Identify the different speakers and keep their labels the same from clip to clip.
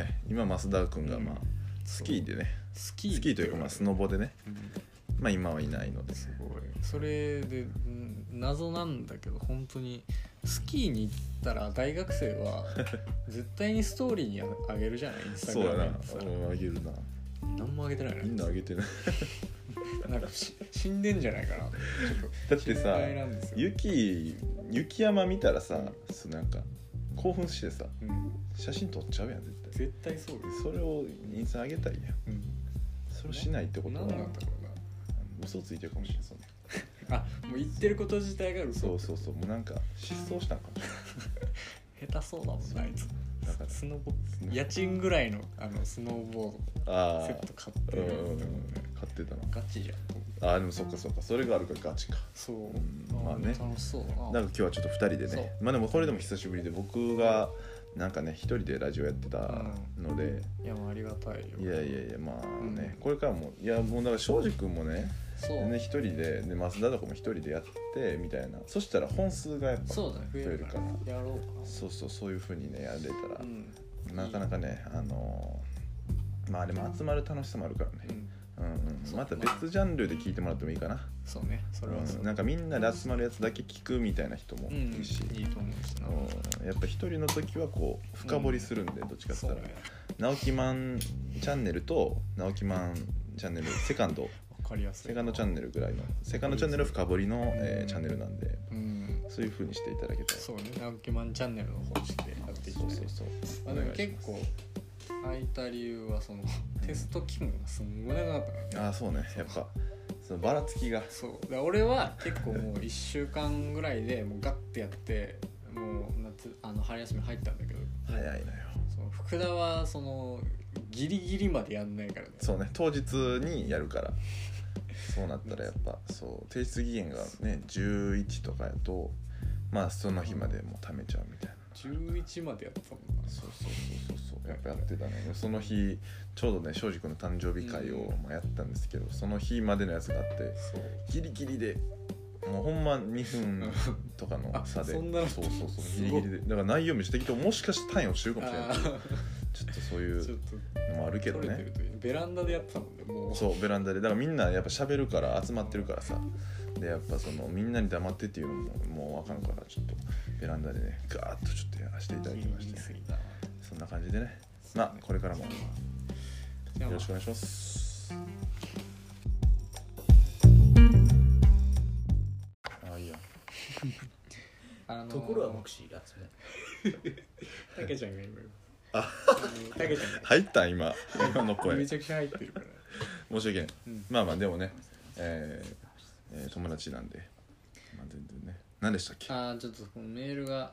Speaker 1: 増田君が、まあ
Speaker 2: うん
Speaker 1: スキーでね
Speaker 2: スキー
Speaker 1: スキーというか、まあ、スノボでね、
Speaker 2: うん
Speaker 1: まあ、今はいないのです
Speaker 2: ごいそれでん謎なんだけど本当にスキーに行ったら大学生 は絶対にストーリーにあげるじゃないインスタ
Speaker 1: そう
Speaker 2: グラ
Speaker 1: だ
Speaker 2: ム
Speaker 1: な
Speaker 2: やってさ
Speaker 1: うんあげるな
Speaker 2: 何もあげてないの
Speaker 1: みんなあげて ない
Speaker 2: なんかし死んでんじゃないかなちょっ
Speaker 1: だ
Speaker 2: と
Speaker 1: って
Speaker 2: 心
Speaker 1: さ
Speaker 2: 配なんですよ、
Speaker 1: 雪雪山見たらさそうなんか興奮してさ
Speaker 2: うん、
Speaker 1: 写真撮っちゃうやん絶対
Speaker 2: 絶対そうです、
Speaker 1: それをインスタあげたいやん
Speaker 2: うん、
Speaker 1: それをしないってことは
Speaker 2: 何なんだろうな
Speaker 1: 嘘ついてるかもしれないその
Speaker 2: あもう言ってること自体が嘘
Speaker 1: そうそうそうもうなんか失踪したんかもしれ
Speaker 2: 下手そうだもんなあいつ
Speaker 1: ないだから
Speaker 2: スノボ家賃ぐらいのあのスノーボード
Speaker 1: あ
Speaker 2: セット買って
Speaker 1: あうん
Speaker 2: る
Speaker 1: う
Speaker 2: や
Speaker 1: ん
Speaker 2: つ
Speaker 1: う
Speaker 2: とか
Speaker 1: ん買ってたな
Speaker 2: ガチじゃん
Speaker 1: あーでもそっかそっかそれがあるからガチか
Speaker 2: そう、
Speaker 1: うんまあね
Speaker 2: 楽しそうだな
Speaker 1: なんか今日はちょっと2人でねまあでもこれでも久しぶりで僕がなんかね一人でラジオやってたので、
Speaker 2: いやもうありがたいよ
Speaker 1: いやいやいやまあね、
Speaker 2: うん
Speaker 1: これからもいやもうだから庄司君もね
Speaker 2: そう、
Speaker 1: ね一人でで増田とかも一人でやってみたいなそしたら本数がやっぱ
Speaker 2: そうだね増えるから
Speaker 1: 増
Speaker 2: やろうか
Speaker 1: そうそうそういう風にねやれたら
Speaker 2: う、ん、
Speaker 1: なかなかねあのーまあでも集まる楽しさもあるからね、
Speaker 2: うん、
Speaker 1: うんうん、また別ジャンルで聞いてもらってもいいかな、
Speaker 2: そうねそれはそう
Speaker 1: うんなんかみんなで集まるやつだけ聞くみたいな人も
Speaker 2: うん、
Speaker 1: いるし、
Speaker 2: いいと思うしな
Speaker 1: うんやっぱ一人の時はこう深掘りするんで、どっちかって
Speaker 2: そ
Speaker 1: 言
Speaker 2: う
Speaker 1: ったら
Speaker 2: ね
Speaker 1: 「直木マンチャンネル」と「直木マンチャンネル」セカンド
Speaker 2: わかりやすい
Speaker 1: セカンドチャンネルぐらいのセカンドチャンネルは深掘りの、えーチャンネルなんで
Speaker 2: うん
Speaker 1: そういう風にしていただけたら
Speaker 2: そうね直木マンチャンネルの方式でやっていきた
Speaker 1: そ
Speaker 2: いう
Speaker 1: そうそう
Speaker 2: まあ、でも結構空いた理由はそのテスト期間がすんごい長かったからね
Speaker 1: ああそうねやっぱそのばらつきが
Speaker 2: そうだから俺は結構もう1週間ぐらいでもうガッてやってもう夏あの春休み入ったんだけど
Speaker 1: 早いのよ
Speaker 2: その福田はそのギリギリまでやんないからね
Speaker 1: そうね当日にやるからそうなったらやっぱそう提出期限がね11とかやとまあその日までもう貯めちゃうみたいな
Speaker 2: 11までやったもんな
Speaker 1: そうそうそうそうそうやっぱやってたねその日ちょうどね庄司君の誕生日会を
Speaker 2: う
Speaker 1: まあやったんですけどその日までのやつがあって
Speaker 2: そう
Speaker 1: ギリギリでもうほんま2分とかの差で
Speaker 2: あそんなの
Speaker 1: そうそうそう
Speaker 2: す
Speaker 1: ギ
Speaker 2: ご
Speaker 1: リ
Speaker 2: い
Speaker 1: ギリでだから内容見してきてもしかして単位をしてるかもしれない
Speaker 2: あ
Speaker 1: ちょっとそうい
Speaker 2: あちょ
Speaker 1: う
Speaker 2: っ
Speaker 1: のもあるけ
Speaker 2: と
Speaker 1: ど
Speaker 2: 取れて
Speaker 1: ね
Speaker 2: るというベランダでやってたもんねもう
Speaker 1: そうベランダでだからみんなやっぱ喋るから集まってるからさでやっぱそのみんなに黙ってっていうのももうあかんからちょっとベランダでねガーッとちょっとやらせていただきまし
Speaker 2: ギリギリ
Speaker 1: て
Speaker 2: すぎたわ
Speaker 1: そんな感じでねまあこれからもよ
Speaker 2: じゃあ
Speaker 1: ろ
Speaker 2: まあ
Speaker 1: しくお願いしますあいいや
Speaker 2: あの
Speaker 3: ところは目視集め
Speaker 2: たけちゃんが今
Speaker 1: あ
Speaker 2: たけちゃんが
Speaker 1: 入った今今の声申
Speaker 2: め
Speaker 1: し
Speaker 2: ちゃくちゃ入ってるから
Speaker 1: 訳ない
Speaker 2: うん
Speaker 1: まあまあでもねえーえー友達なんでまあ全然ね何でしたっけ
Speaker 2: あーちょっとこのメールが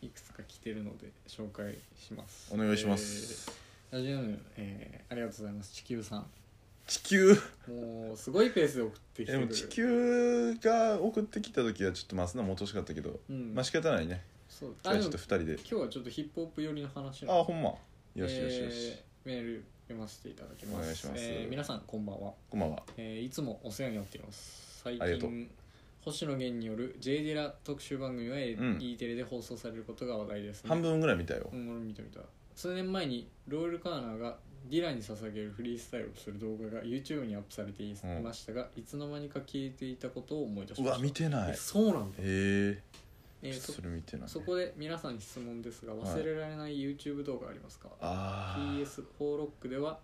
Speaker 2: いくつか来てるので紹介します
Speaker 1: お願いします、
Speaker 2: えーラジオネーム、えーありがとうございます地球さん
Speaker 1: 地球
Speaker 2: もうすごいペースで送ってきて
Speaker 1: で
Speaker 2: く
Speaker 1: も
Speaker 2: る
Speaker 1: 地球が送ってきた時はちょっと増田も落としかったけど、
Speaker 2: うん
Speaker 1: まあ仕方ないね
Speaker 2: そう
Speaker 1: 今
Speaker 2: あ
Speaker 1: 日
Speaker 2: で
Speaker 1: は
Speaker 2: も
Speaker 1: ちょっと2人で
Speaker 2: 今日はちょっとヒップホップ寄りの話な
Speaker 1: あ
Speaker 2: の
Speaker 1: あほんまよしよしよし、
Speaker 2: えーメール読ませていただきます
Speaker 1: お願いします
Speaker 2: えー皆さんこんばんは、
Speaker 1: こんばんは
Speaker 2: えーいつもお世話になっています最
Speaker 1: ありがとう
Speaker 2: 近星野源による J デラ特集番組はえ
Speaker 1: うん
Speaker 2: E テレで放送されることが話題です、ね
Speaker 1: 半分ぐらい見たよ、
Speaker 2: うん、俺見てみた数年前にロールカーナーがディラに捧げるフリースタイルをする動画が YouTube にアップされてい
Speaker 1: うん
Speaker 2: ましたが、いつの間にか消えていたことを思い出し
Speaker 1: う
Speaker 2: ました
Speaker 1: わ見てない
Speaker 2: え
Speaker 1: へ
Speaker 2: そうなんだ、
Speaker 1: え
Speaker 2: えーそ
Speaker 1: それ見てない
Speaker 2: そこで皆さんに質問ですが忘れられない YouTube 動画ありますか、
Speaker 1: ああ
Speaker 2: PS4 ロックでは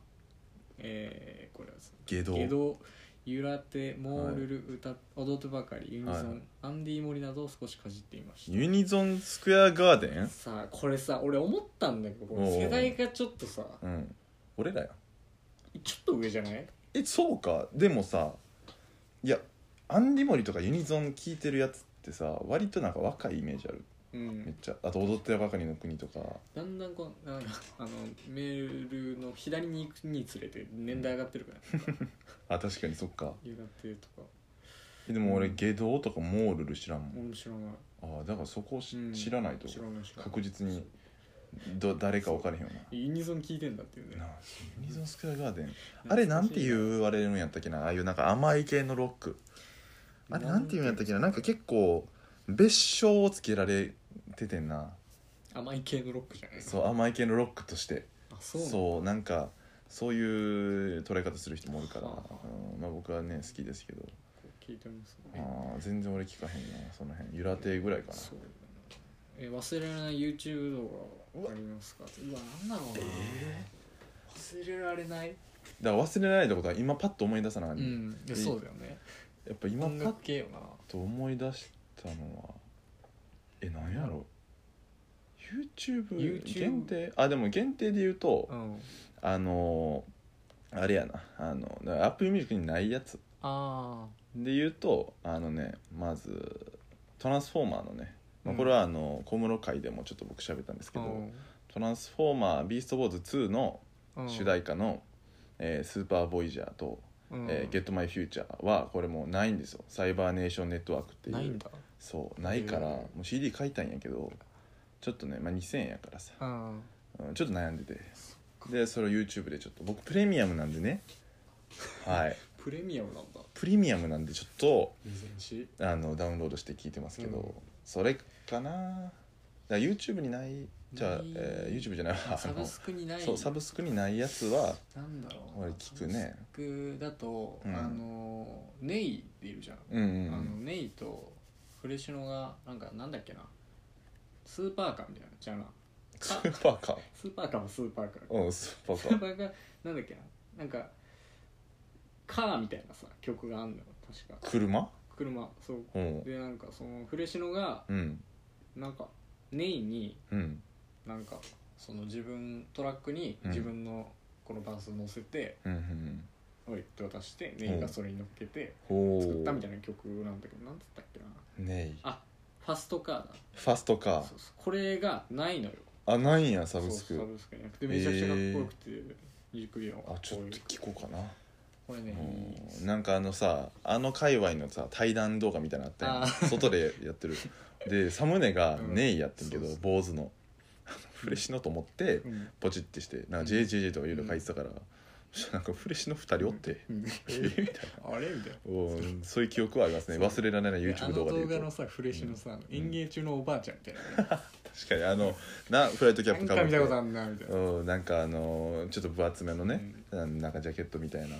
Speaker 2: えーこれはですね
Speaker 1: 下道
Speaker 2: 「下道」「ゆらて」「モールル」歌「踊ってばかり」「ユニゾン」
Speaker 1: はい
Speaker 2: アンディ・モリなどを少しかじっていました
Speaker 1: ユニゾンスクエアガーデン
Speaker 2: さあこれさ俺思ったんだけどこれ
Speaker 1: おうおう
Speaker 2: 世代がちょっとさ
Speaker 1: うん俺らや
Speaker 2: ちょっと上じゃない
Speaker 1: えそうかでもさいやアンディモリとかユニゾン聞いてるやつってさ割となんか若いイメージある
Speaker 2: う
Speaker 1: めっ
Speaker 2: ん
Speaker 1: ちゃあと踊ってばかりの国とか
Speaker 2: だんだんこうなんかあのメールの左に行くにつれて年代上がってるから
Speaker 1: あ確かにそっか
Speaker 2: ゆらてとか
Speaker 1: えでも俺
Speaker 2: うん
Speaker 1: 下道とかモールル知らんもん
Speaker 2: 俺も知らない
Speaker 1: ああだからそこをし
Speaker 2: うん
Speaker 1: 知らないと
Speaker 2: 知らない知らない
Speaker 1: 確実にど誰か分からへんよ
Speaker 2: ユニゾン聞いてんだっていう
Speaker 1: な
Speaker 2: ね
Speaker 1: なあユニゾンスクエアガーデンあれなんて
Speaker 2: う
Speaker 1: 言われるんやったっけなああいうなんか甘い系のロックあれなんて言うんやったっけななんか結構別称をつけられててんな
Speaker 2: 甘い系のロックじゃない
Speaker 1: そう甘い系のロックとして
Speaker 2: あそ
Speaker 1: そうう
Speaker 2: なんだ
Speaker 1: なんかそういう捉え方する人もおるから、
Speaker 2: はあ
Speaker 1: うんまあ、僕はね好きですけど
Speaker 2: 聞いてみます
Speaker 1: あー全然俺聞かへんなその辺ゆら亭ぐらいかな
Speaker 2: そうだなえ忘れられない YouTube 動画ありますかうわなんだろうな、忘れられない
Speaker 1: だから忘れられたことは今パッと思い出さなあ
Speaker 2: う
Speaker 1: かんね
Speaker 2: んいや
Speaker 1: いい
Speaker 2: そうだよね
Speaker 1: やっぱ今
Speaker 2: 音
Speaker 1: パッ
Speaker 2: 楽系よな
Speaker 1: と思い出したのはえなんやろ YouTube,
Speaker 2: YouTube
Speaker 1: 限定あでも限定で言うと、
Speaker 2: うん
Speaker 1: あのーあれやなあのだからアップルミュージックにないやつ
Speaker 2: あ
Speaker 1: で言うとあのねまず「トランスフォーマー」のね、まあ、
Speaker 2: うん
Speaker 1: これはあの小室会でもちょっと僕喋ったんですけ
Speaker 2: あ
Speaker 1: ど「トランスフォーマービーストボーイズ2」の主題歌の「えースーパーボイジャー」と「えー、
Speaker 2: ゲ
Speaker 1: Get My Future」はこれもうないんですよサイバーネーションネットワークっていう
Speaker 2: ないんだ
Speaker 1: そうないから、
Speaker 2: へー
Speaker 1: もう CD 買いたいんやけどちょっとね、まあ、2000円やからさ、
Speaker 2: うん
Speaker 1: うん、ちょっと悩んでてでそれを YouTube でちょっと僕プレミアムなんでねはい
Speaker 2: プレミアムなんだ
Speaker 1: プレミアムなんでちょっと
Speaker 2: 依存し
Speaker 1: あのダウンロードして聞いてますけど、
Speaker 2: うん
Speaker 1: それかなだから YouTube にないじゃあ
Speaker 2: ない、
Speaker 1: えー YouTube じゃないわ あ
Speaker 2: サブ
Speaker 1: の
Speaker 2: スクにない
Speaker 1: そうサブスクにないやつは
Speaker 2: なんだろうな
Speaker 1: 俺聞くね
Speaker 2: サブスクだと、
Speaker 1: うん
Speaker 2: あのネイいるじゃん、
Speaker 1: うんうん
Speaker 2: あのネイとフレシノがなんかなんだっけなスーパーカーみたいなじゃあな
Speaker 1: スーパーか
Speaker 2: スーパーカーもスーパーカー
Speaker 1: うんスーパー
Speaker 2: スー
Speaker 1: か
Speaker 2: パーカーなんだっけななんかカーみたいなさ曲があんのよ確か
Speaker 1: 車
Speaker 2: 車そう
Speaker 1: うん
Speaker 2: でなんかそのフレシノが
Speaker 1: うん
Speaker 2: なんかネイに
Speaker 1: うん
Speaker 2: なんかその自分トラックに自分のこのバンス乗せて、
Speaker 1: うんうん
Speaker 2: おいって渡してネイがそれに乗っけて
Speaker 1: ほ
Speaker 2: 作ったみた
Speaker 1: い
Speaker 2: いな曲なんだけどなんつったっけな
Speaker 1: ねえ
Speaker 2: あファストカーだ
Speaker 1: ファストカー
Speaker 2: そうそうこれがないのよ
Speaker 1: あないんやサブス
Speaker 2: そう
Speaker 1: ク
Speaker 2: サブスクになくてめちゃくちゃかっこよくて、ミュージックビデオがか
Speaker 1: あ
Speaker 2: っ
Speaker 1: ち
Speaker 2: こ
Speaker 1: ょっ
Speaker 2: いい
Speaker 1: と聞こうかな、
Speaker 2: これねいいです
Speaker 1: うん、なんかあのさあの界隈のさ対談動画みたいなのあったや
Speaker 2: あ
Speaker 1: ん外でや ってるでサムネが
Speaker 2: うん
Speaker 1: ネイやってんけど、
Speaker 2: そうそう
Speaker 1: 坊主の あのフレッシュのと思って
Speaker 2: うん
Speaker 1: ポチってしてなんか
Speaker 2: うん
Speaker 1: JJJ とかいうの書いてたから、そしたらなんかフレッシュの2人おって、
Speaker 2: うん
Speaker 1: えみたいな
Speaker 2: あれみたいな
Speaker 1: うんそういう記憶はありますね忘れられない YouTube 動画で
Speaker 2: あの
Speaker 1: 言
Speaker 2: 動画
Speaker 1: う
Speaker 2: の
Speaker 1: と
Speaker 2: さフレッシュのさ、あの園芸中のおばあちゃんみたいな、
Speaker 1: 確かにあのなフライトキャップ
Speaker 2: なんか見たことあ
Speaker 1: か
Speaker 2: んなみたいな、
Speaker 1: ぶってうんなんかあのちょっと分厚めのね、なんかジャケットみたい な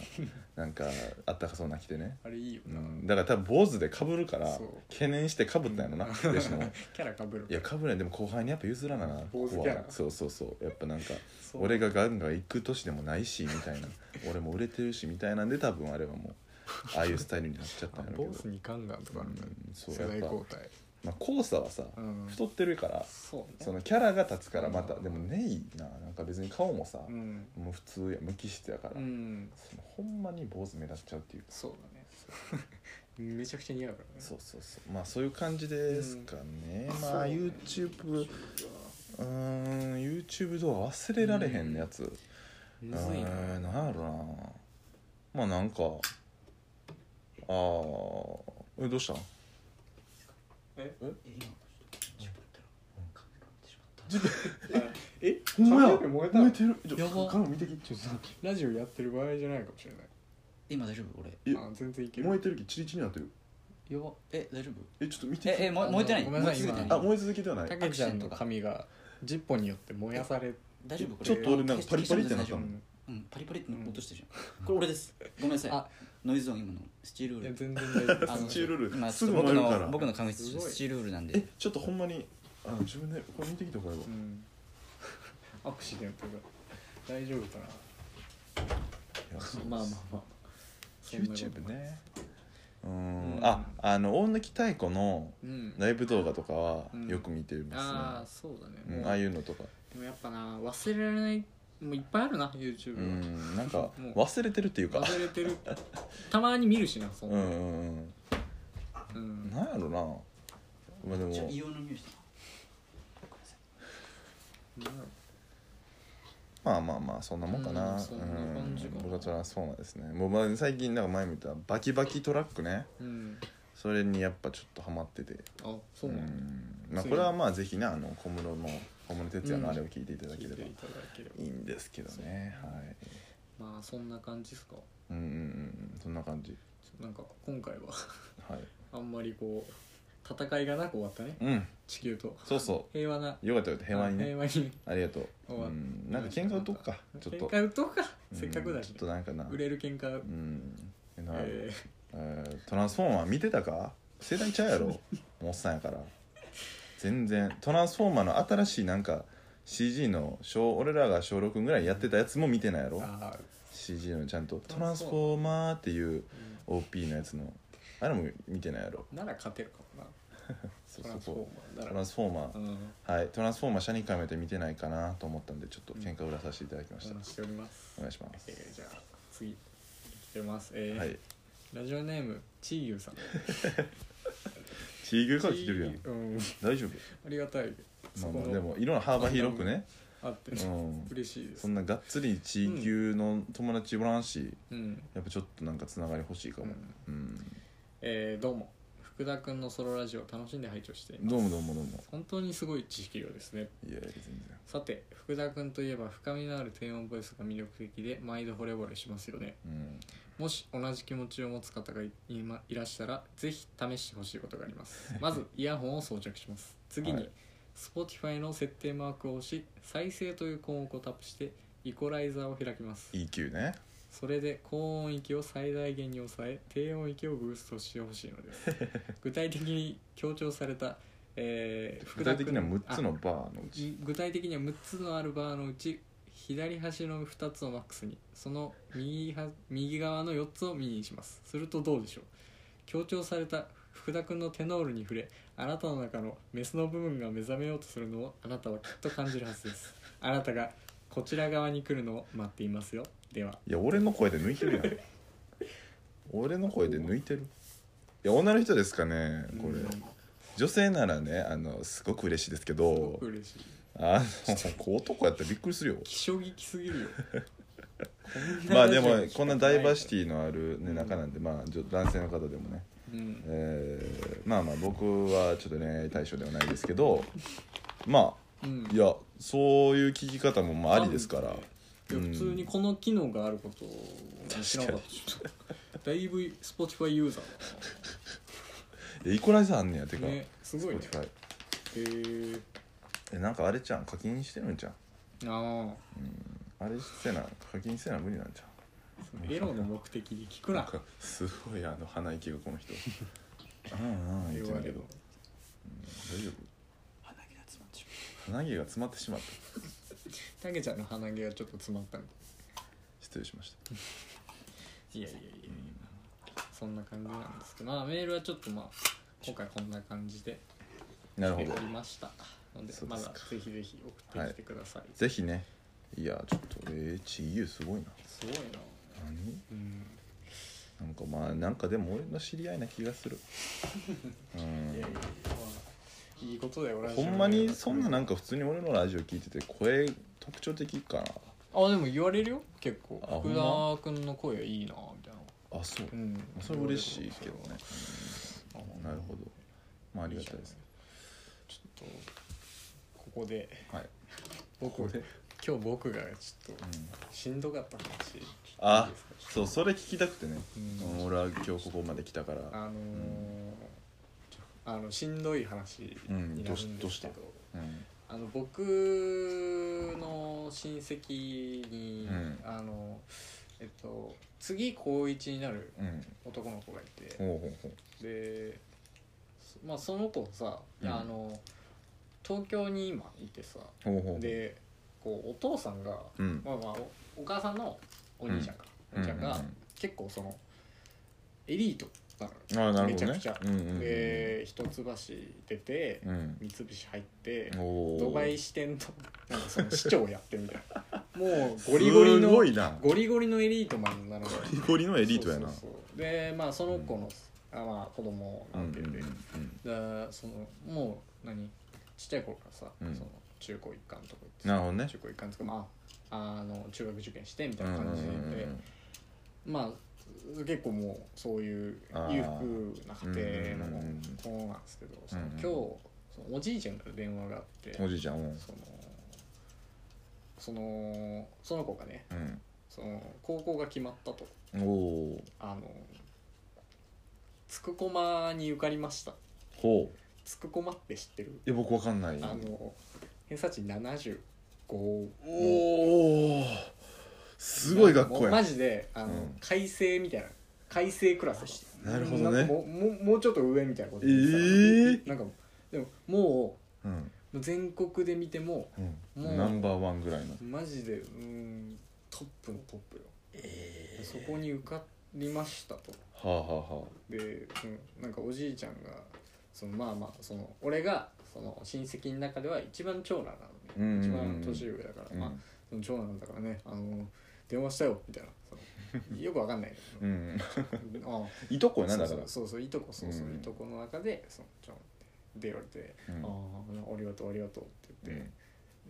Speaker 1: なんかあったかそうな着てね
Speaker 2: あれいいよ
Speaker 1: う
Speaker 2: な、
Speaker 1: んだから多分坊主でかぶるから
Speaker 2: そう
Speaker 1: 懸念してかぶったんやろな嬉し の
Speaker 2: キャラかぶる
Speaker 1: いやかぶれんでも後輩にやっぱ譲らなな
Speaker 2: 坊
Speaker 1: こ
Speaker 2: 主
Speaker 1: こは
Speaker 2: キャラ
Speaker 1: そうそうそうやっぱなんか
Speaker 2: そう
Speaker 1: 俺がガンガン行く年でもないしみたいな俺も売れてるしみたいなんで多分あれはもうああいうスタイルになっちゃったん
Speaker 2: あ
Speaker 1: やろ
Speaker 2: ボ
Speaker 1: う
Speaker 2: ス
Speaker 1: けど
Speaker 2: にガンガンとかあるんだよ、
Speaker 1: うんそう
Speaker 2: 世
Speaker 1: やっ
Speaker 2: 代
Speaker 1: ぱ
Speaker 2: 交代
Speaker 1: まあ黄砂はさ
Speaker 2: うん
Speaker 1: 太ってるから
Speaker 2: そうね
Speaker 1: そのキャラが立つからまた
Speaker 2: うん
Speaker 1: でもねいななんか別に顔もさ
Speaker 2: うん、
Speaker 1: もう普通や無機質やから
Speaker 2: うん、
Speaker 1: そのほんまに坊主目立っちゃうっていうか
Speaker 2: そうだねめちゃくちゃ似合う からね
Speaker 1: そうそうそうまあそういう感じですかね、
Speaker 2: うん
Speaker 1: まあ
Speaker 2: そうね
Speaker 1: YouTube うーん YouTube 動画忘れられへんやつ、
Speaker 2: む
Speaker 1: え
Speaker 2: ずいな、
Speaker 1: ーなんやろなまあなんかあーえどうした
Speaker 2: え
Speaker 1: え
Speaker 2: え
Speaker 1: ほんまや
Speaker 2: 髪の毛燃えた
Speaker 1: 燃えてるちょ
Speaker 3: やば
Speaker 1: 鏡見てきちょっと
Speaker 2: ラジオやってる場合じゃないかもしれない
Speaker 3: 今大丈夫俺
Speaker 1: え
Speaker 2: あ全然いける
Speaker 1: 燃えてるきチリチリになってる
Speaker 3: やばえ大丈夫
Speaker 1: えちょっと見て
Speaker 3: ええ
Speaker 2: あ
Speaker 3: も
Speaker 2: の
Speaker 3: 燃えてない
Speaker 2: ごめんなさ
Speaker 3: 燃
Speaker 2: い
Speaker 3: え続けて
Speaker 2: 今
Speaker 3: な
Speaker 1: あ
Speaker 3: い
Speaker 1: 燃え続けてはない
Speaker 2: たけちゃんの髪がジッポによって燃やされ
Speaker 3: 大丈夫これ
Speaker 1: ちょっと俺なんかパリパリってなった
Speaker 3: 大丈
Speaker 1: も
Speaker 3: 夫
Speaker 1: ん
Speaker 3: うんパリパリって落としてるじゃんこれ俺ですごめんなさい
Speaker 2: あ
Speaker 3: ノイズ音今のスチールウ
Speaker 2: い
Speaker 3: ー
Speaker 2: や
Speaker 3: ル
Speaker 2: 全然大 丈
Speaker 3: あ
Speaker 2: 夫
Speaker 3: の
Speaker 1: スチールウール
Speaker 3: 今
Speaker 1: すぐ
Speaker 3: 僕
Speaker 1: 燃えるから
Speaker 3: の僕の髪質
Speaker 2: すごい
Speaker 3: スチールウールなん
Speaker 1: え
Speaker 3: で
Speaker 1: ちょっとほんまにあの自分でこれ見てきたこれは
Speaker 2: うんアクシデントが大丈夫かない
Speaker 1: やそう
Speaker 2: まあまあまあそんなこと
Speaker 1: YouTube ねうん
Speaker 2: うん
Speaker 1: ああの大貫妙子の
Speaker 2: うん
Speaker 1: ライブ動画とかは
Speaker 2: うん
Speaker 1: よく見て
Speaker 2: あ
Speaker 1: ま
Speaker 2: あそうだね
Speaker 1: すね、うん
Speaker 2: もう
Speaker 1: ああいうのとか
Speaker 2: でもやっぱな忘れられないもういっぱいあるな YouTube
Speaker 1: う
Speaker 2: は、
Speaker 1: んなんか
Speaker 2: もう
Speaker 1: 忘れてるっていうか
Speaker 2: 忘れて るたまに見るしなそ
Speaker 1: うんんう
Speaker 2: な、
Speaker 1: んう
Speaker 2: う
Speaker 1: ん
Speaker 2: ん
Speaker 1: なんやろなまあで
Speaker 3: ちょ
Speaker 1: も
Speaker 3: 硫黄の匂いしたごめんなさい
Speaker 1: まあまあまあそんなもんかな
Speaker 2: う
Speaker 1: うんん
Speaker 2: そんな感じかな
Speaker 1: 僕はトランスフォーマーですねもうまあ最近なんか前見たバキバキトラックね
Speaker 2: うん
Speaker 1: それにやっぱちょっとハマってて
Speaker 2: あそう
Speaker 1: う
Speaker 2: なんだ、
Speaker 1: んまあこれはまあぜひねあの小室の小室哲哉のあれを聞いていただけ
Speaker 2: 聞い
Speaker 1: れ
Speaker 2: て
Speaker 1: ば
Speaker 2: いただければ
Speaker 1: いいんですけどねはい
Speaker 2: まあそんな感じですか
Speaker 1: うんうんうんそんな感じ
Speaker 2: なんか今回は
Speaker 1: はい
Speaker 2: あんまりこう戦いがなく終わったね
Speaker 1: うん
Speaker 2: 地球と
Speaker 1: そうそ
Speaker 2: 平和な
Speaker 1: うよかったよかった平和にね
Speaker 2: 平和に
Speaker 1: ありがとう
Speaker 2: 終わ
Speaker 1: う
Speaker 2: っ
Speaker 1: んなんか喧嘩打とうかちょっ
Speaker 2: 喧
Speaker 1: と
Speaker 2: 嘩打とうか
Speaker 1: うん
Speaker 2: せっかくだし
Speaker 1: ちょっとなんかな
Speaker 2: 売れる喧嘩
Speaker 1: うんな
Speaker 2: え
Speaker 1: えートランスフォーマー見てたか世代ちゃうや ろもうおっさんやから全然トランスフォーマーの新しいなんか CG の小俺らが小6ぐらいやってたやつも見てないや
Speaker 2: ー
Speaker 1: ろ
Speaker 2: あー
Speaker 1: CG のちゃんと「ト
Speaker 2: ト
Speaker 1: ラ
Speaker 2: ラ
Speaker 1: ン
Speaker 2: ン
Speaker 1: ス
Speaker 2: ス
Speaker 1: フ
Speaker 2: フォー
Speaker 1: ォーマ
Speaker 2: マー
Speaker 1: ー」っていう OP のやつのあれも見てないやろ
Speaker 2: なら勝てるかもな
Speaker 1: そ
Speaker 2: ト
Speaker 1: う
Speaker 2: ラ
Speaker 1: そ
Speaker 2: ン
Speaker 1: う
Speaker 2: ス
Speaker 1: そう
Speaker 2: フォーマ
Speaker 1: ト
Speaker 2: ーな
Speaker 1: ラ
Speaker 2: ら
Speaker 1: ンスフォーマー
Speaker 2: うん
Speaker 1: はいトランスフォーマー社にかめて見てないかなと思ったんでちょっと喧嘩売らさせていただきました、
Speaker 2: お話しております
Speaker 1: お願いします
Speaker 2: えーじゃあ次来てますえー
Speaker 1: はい
Speaker 2: ラジオネームチーユーさん
Speaker 1: チーグーから聞いてるやん
Speaker 2: うん
Speaker 1: 大丈夫
Speaker 2: ありがたい
Speaker 1: ま
Speaker 2: そ
Speaker 1: あ
Speaker 2: こ
Speaker 1: まあ
Speaker 2: の
Speaker 1: でもいろんな幅広くね
Speaker 2: あって
Speaker 1: う
Speaker 2: ね
Speaker 1: ん
Speaker 2: 嬉しいで
Speaker 1: そ
Speaker 2: す
Speaker 1: んながっつり地域の友達おらんし、
Speaker 2: うん
Speaker 1: やっぱちょっとなんかつながり欲しいかもうん、
Speaker 2: えーどうも福田君のソロラジオを楽しんで拝聴しています
Speaker 1: どうもどうもどうも
Speaker 2: 本当にすごい知識量ですね
Speaker 1: いやいや全然
Speaker 2: さて福田君といえば深みのある低音ボイスが魅力的で毎度惚れ惚れしますよね
Speaker 1: うん
Speaker 2: もし同じ気持ちを持つ方がい今いらしたらぜひ試してほしいことがあります まずイヤホンを装着します次に、
Speaker 1: はい
Speaker 2: Spotify の設定マークを押し再生という項目をタップしてイコライザーを開きます
Speaker 1: EQ ね
Speaker 2: それで高音域を最大限に抑え低音域をブーストしてほしいのです 具体的に強調された、えー、
Speaker 1: 具体的には6
Speaker 2: 福田
Speaker 1: つ
Speaker 2: 君
Speaker 1: のバーのう
Speaker 2: あ
Speaker 1: ち
Speaker 2: 具体的には6つのあるバーのうち左端の2つをマックスにその右は右側の4つをミニにしますするとどうでしょう強調された福田君のテノールに触れあなたの中のメスの部分が目覚めようとするのをあなたはきっと感じるはずですあなたがこちら側に来るのを待っていますよではい
Speaker 1: や俺の声で抜いてるやん俺の声で抜いてるいや女の人ですかねこれ、
Speaker 2: うん
Speaker 1: 女性ならねあのすごく嬉しいですけ
Speaker 2: すご
Speaker 1: ど
Speaker 2: く嬉しい
Speaker 1: あのこう男やったらびっくりする よ
Speaker 2: 気象劇すぎ るよこんな
Speaker 1: まあ で
Speaker 2: ラジ
Speaker 1: も
Speaker 2: オ
Speaker 1: こんなダイバーシテ
Speaker 2: 聞
Speaker 1: ィのある、ね、
Speaker 2: うん
Speaker 1: 中なんで、まあ、じょ男性の方でもね、
Speaker 2: かないから、
Speaker 1: えーまあまあ僕はちょっと恋愛対象ではないですけどま
Speaker 2: うんうん
Speaker 1: あいやそういう聞き方もまあありですから
Speaker 2: あるんい
Speaker 1: う
Speaker 2: や
Speaker 1: ん
Speaker 2: 普通にこの機能があることを知らなかったしだいぶ Spotify ユーザ
Speaker 1: えイコライザーあんねやて
Speaker 2: ー
Speaker 1: か、
Speaker 2: だなねすごいね
Speaker 1: Spotify
Speaker 2: へえ
Speaker 1: えなんかあれちゃん課金してるんじゃん
Speaker 2: ああ
Speaker 1: あれせな課金せな無理なんじゃん
Speaker 2: エロの目的で聞く
Speaker 1: な
Speaker 2: なん
Speaker 1: かすごいあの鼻息がこの 人うんうん言ってんだけど、うん、大丈
Speaker 3: 鼻毛が詰まっち
Speaker 1: 夫鼻毛が詰まってしまった
Speaker 2: たけちゃんの鼻毛がちょっと詰まったみた
Speaker 1: 失礼しました
Speaker 2: いいやいやいやいやそんな感じなんですけどまあメールはちょっとまあ今回こんな感じで
Speaker 1: なる
Speaker 2: 来
Speaker 1: ほど
Speaker 2: ておりましたので
Speaker 1: そうで
Speaker 2: ますだ
Speaker 1: か
Speaker 2: ぜひぜひ送ってきてください、
Speaker 1: ぜひねいやちょっとえー、CU すごいな
Speaker 2: すごいな
Speaker 1: 何
Speaker 2: うん
Speaker 1: なんかまあなんかでも俺の知り合いな気がするうん
Speaker 2: いやいやいやまあいいことだよ俺は
Speaker 1: ほんまにそんななんか普通に俺のラジオ聞いてて声特徴的か
Speaker 2: あでも言われるよ結構
Speaker 1: あほん
Speaker 2: 福
Speaker 1: ま
Speaker 2: 田君の声いいなみたいな
Speaker 1: なあそう
Speaker 2: うん
Speaker 1: それ嬉しいけどね
Speaker 2: それは
Speaker 1: うんなるほどまあありがたいですね
Speaker 2: ちょっとここで
Speaker 1: はい
Speaker 2: 僕
Speaker 1: ここで
Speaker 2: 今日僕がちょっと
Speaker 1: うん
Speaker 2: しんどかった話聞いていいですか
Speaker 1: あそうそれ聞きたくてね
Speaker 2: うん
Speaker 1: うん俺は今日ここまで来たから
Speaker 2: あのーあのしんどい話
Speaker 1: うん
Speaker 2: になるん
Speaker 1: どうしど
Speaker 2: ですけ
Speaker 1: うした
Speaker 2: ど
Speaker 1: うん
Speaker 2: あの僕の親戚に、
Speaker 1: うん
Speaker 2: あのえっと次高一になる
Speaker 1: うん
Speaker 2: 男の子がいて、
Speaker 1: ほうほうほう
Speaker 2: でそまあその子さ、
Speaker 1: うん
Speaker 2: あの東京に今いてさ
Speaker 1: ほうほうほう
Speaker 2: でこうお父さんが、
Speaker 1: うん
Speaker 2: まあまあおお母さんのお兄ちゃんか、お兄ちゃんが、結構そのエリートな
Speaker 1: うんうんうんあな
Speaker 2: の
Speaker 1: る
Speaker 2: め
Speaker 1: ほ
Speaker 2: ち
Speaker 1: ど
Speaker 2: ゃ
Speaker 1: ね
Speaker 2: くちゃ、
Speaker 1: うんうんうん
Speaker 2: で一橋出て、
Speaker 1: うん
Speaker 2: 三菱入って、
Speaker 1: おー
Speaker 2: ドバイ支店となんかその市長をやってみたいなもうゴリゴリ
Speaker 1: す
Speaker 2: の
Speaker 1: ごいな
Speaker 2: ゴリゴリのエリートマンなので
Speaker 1: ゴリゴリのエリートやな
Speaker 2: そうそうそうでまあその子の、あまあ子供
Speaker 1: うん
Speaker 2: な
Speaker 1: うんん
Speaker 2: で、
Speaker 1: うん
Speaker 2: だそのもう何ちっちゃい頃からさ、
Speaker 1: うん
Speaker 2: その中高一貫とか行って
Speaker 1: なるほどね
Speaker 2: 中高一貫とかまああの中学受験してみた
Speaker 1: う
Speaker 2: い
Speaker 1: ん
Speaker 2: な
Speaker 1: うんうん
Speaker 2: 感じで、
Speaker 1: うん
Speaker 2: まあ結構もうそういう裕福な家庭の
Speaker 1: うんうん
Speaker 2: 子なんですけど、その
Speaker 1: うんうん
Speaker 2: 今日そのおじいちゃんから電話があって、
Speaker 1: おじいちゃんうん
Speaker 2: そのそのその子がねその高校が決まったと
Speaker 1: うんおお
Speaker 2: あのつくこまに受かりました
Speaker 1: ほう
Speaker 2: つくこまって知ってる
Speaker 1: いや僕わかんない
Speaker 2: あの偏差値75の
Speaker 1: おおすごい学校
Speaker 2: もう
Speaker 1: や
Speaker 2: マ
Speaker 1: ん
Speaker 2: ジであの、
Speaker 1: うん
Speaker 2: 改正みたいな改正クラスでした
Speaker 1: なるほどね
Speaker 2: んかもうもうもうちょっと上みたいなこと
Speaker 1: ええ
Speaker 2: 言ってた
Speaker 1: ー
Speaker 2: なんかでもも
Speaker 1: うん
Speaker 2: う全国で見ても
Speaker 1: う、
Speaker 2: もうん
Speaker 1: ナンバーワンぐらいの
Speaker 2: マジでうんトップのトップよ
Speaker 1: え
Speaker 2: そこに受かりましたと
Speaker 1: はあはあは
Speaker 2: で、うん、なんかおじいちゃんがそのまあまあその俺がその親戚の中では一番長男なのね、
Speaker 1: うんうんうん
Speaker 2: 一番年上だから、
Speaker 1: あ、うん
Speaker 2: まあその長男だからねあの電話したよみたいなそのよくわかんないけ
Speaker 1: う
Speaker 2: ど
Speaker 1: ん、
Speaker 2: ああ
Speaker 1: いとこやなだか
Speaker 2: そう
Speaker 1: ら
Speaker 2: そうそういとこそうそう、
Speaker 1: うん
Speaker 2: いとこの中でその長男で言われて「
Speaker 1: うん
Speaker 2: ああありがとうありがとう」って言って、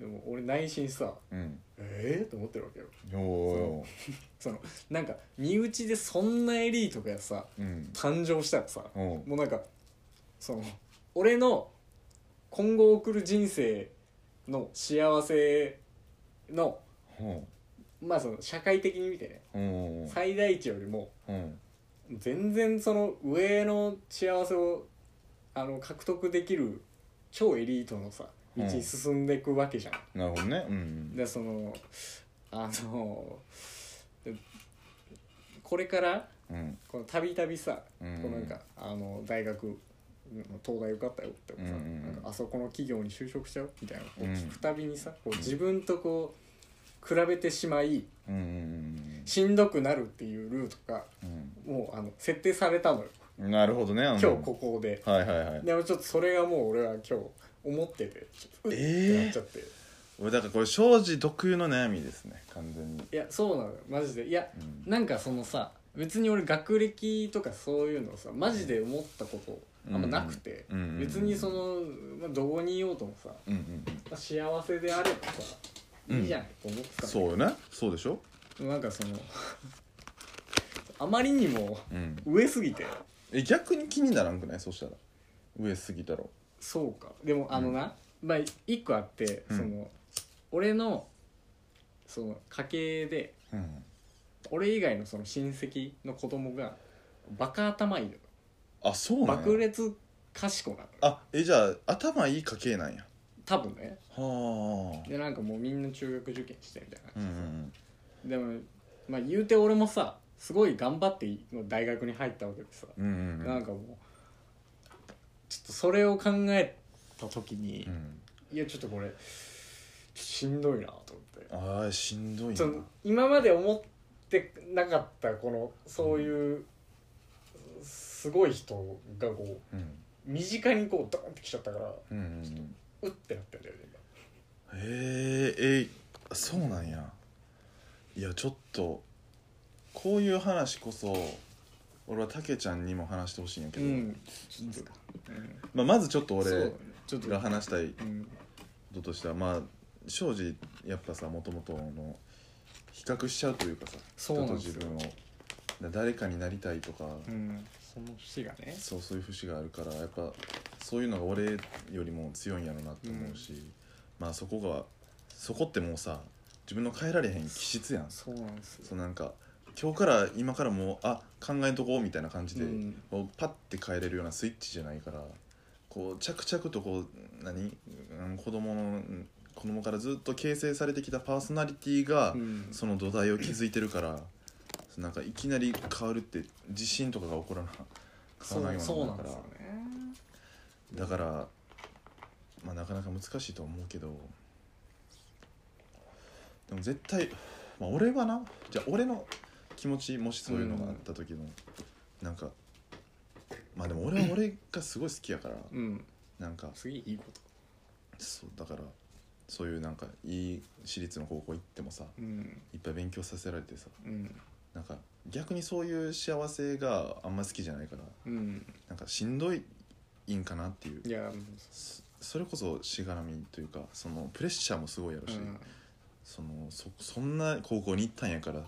Speaker 2: でも俺内心さ
Speaker 1: うん
Speaker 2: 「ええー?」と思ってるわけよ
Speaker 1: うんよ
Speaker 2: そのなんか身内でそんなエリートがさ
Speaker 1: ーうん
Speaker 2: 誕生したらさ、
Speaker 1: おう
Speaker 2: もうなんかその俺の今後送る人生の幸せの
Speaker 1: ほ
Speaker 2: まあその社会的に見てね
Speaker 1: うほう
Speaker 2: 最大値よりも
Speaker 1: ほう
Speaker 2: 全然その上の幸せをあの獲得できる超エリートのさ道に進んでいくわけじゃん。
Speaker 1: なるほどねうん
Speaker 2: でそのあのでこれから
Speaker 1: うん
Speaker 2: このたびたびさ
Speaker 1: うん
Speaker 2: こうなんかあの大学の東大受かったよってさ、
Speaker 1: うんうんうん
Speaker 2: なんかあそこの企業に就職しちゃうみたいなこう
Speaker 1: うん
Speaker 2: 聞くたびにさ、こう
Speaker 1: うん
Speaker 2: 自分とこう比べてしまい
Speaker 1: うんうん
Speaker 2: しんどくなるっていうルートが
Speaker 1: うん
Speaker 2: もうあの設定されたのよ
Speaker 1: うんなるほどね今
Speaker 2: 今日ここで、
Speaker 1: はいはいはい
Speaker 2: でもちょっとそれがもう俺は今日思っててちょっとうっってな
Speaker 1: え
Speaker 2: っちゃって、
Speaker 1: えだからこれ庄司特有の悩みですね完全に
Speaker 2: いやそうなのよマジでいや
Speaker 1: うん
Speaker 2: なんかそのさ別に俺学歴とかそういうのさマジで思ったことあんまなくて、
Speaker 1: うんうんうん
Speaker 2: 別にその、まあ、どこにいようともさ、
Speaker 1: うんうん
Speaker 2: まあ幸せであればさ
Speaker 1: うん
Speaker 2: いいじゃんと思ってた、
Speaker 1: そうよねそうでしょ
Speaker 2: うなんかその あまりにも
Speaker 1: うん
Speaker 2: 上すぎて
Speaker 1: え逆に気にならんくないそしたら上すぎたろ
Speaker 2: そうかでもあのな、まあ一個あって、
Speaker 1: うん
Speaker 2: その俺のその家系で
Speaker 1: うん
Speaker 2: 俺以外のその親戚の子供がバカ頭いいのよ
Speaker 1: あそうなん
Speaker 2: 爆
Speaker 1: や
Speaker 2: 裂賢なのよ
Speaker 1: あえじゃあ頭いい家系なんや
Speaker 2: 多分ね
Speaker 1: はあ
Speaker 2: でなんかもうみんな中学受験してみたいな
Speaker 1: うんう
Speaker 2: 感じでさ、
Speaker 1: ん
Speaker 2: でもまあ言うて俺もさすごい頑張って大学に入ったわけでさ、
Speaker 1: うんうんうん
Speaker 2: なんかもうちょっとそれを考えた時に
Speaker 1: う、ん
Speaker 2: いやちょっとこれちょっとしんどいなと思って、
Speaker 1: あーしんどいな
Speaker 2: その今まで思ってなかったこのそういう、すごい人がこう
Speaker 1: うん
Speaker 2: 身近にこうドーンってきちゃったから
Speaker 1: うんうん
Speaker 2: うってなってんだよね
Speaker 1: うんへええそうなんやいやちょっとこういう話こそ俺はたけちゃんにも話してほしいんやけ
Speaker 2: 今
Speaker 1: ど、
Speaker 2: いいですか、うん、
Speaker 1: まあ、まずちょっと
Speaker 2: そうだ
Speaker 1: 俺
Speaker 2: ねちょっと
Speaker 1: が話したい
Speaker 2: うん
Speaker 1: こととしてはまあ庄司やっぱさもともとの比較しちゃうというかさ
Speaker 2: そうなん
Speaker 1: 人と自
Speaker 2: ですよ
Speaker 1: 分をだ誰かになりたいとか、
Speaker 2: うん、その節がね
Speaker 1: そうそういう節があるからやっぱそういうのが俺よりも強いんやろなって思うし、まあそこがそこってもうさ自分の変えられへん気質やん
Speaker 2: そうなんですよ
Speaker 1: そうなんか今日から今からもうあ考えんとこうみたいな感じで、
Speaker 2: うん
Speaker 1: こうパッて変えれるようなスイッチじゃないからこう着々とこう何、うん、子供のうん子供からずっと形成されてきたパーソナリティが
Speaker 2: うん
Speaker 1: その土台を築いてるから、なんかいきなり変わるって地震とかが起こらな
Speaker 2: そ
Speaker 1: 変わら
Speaker 2: う
Speaker 1: ない
Speaker 2: そう
Speaker 1: も
Speaker 2: なん
Speaker 1: のだ
Speaker 2: で
Speaker 1: か
Speaker 2: す
Speaker 1: ら
Speaker 2: よね
Speaker 1: だから、まあ、なかなか難しいと思うけどでも絶対、まあ、俺はなじゃあ俺の気持ちもしそういうのがあった時の、なんかまあでも俺は俺がすごい好きやから
Speaker 2: うん
Speaker 1: なんか
Speaker 2: すげえいいこと
Speaker 1: そうだからそういうなんかいい私立の高校行ってもさ
Speaker 2: うん
Speaker 1: いっぱい勉強させられてさ
Speaker 2: うん
Speaker 1: なんか逆にそういう幸せがあんま好きじゃないから
Speaker 2: うん
Speaker 1: なんかしんどいんかなっていう
Speaker 2: いや
Speaker 1: そそれこそしがらみというかそのプレッシャーもすごいやろ
Speaker 2: う
Speaker 1: し、
Speaker 2: ん
Speaker 1: そのそそんな高校に行ったんやから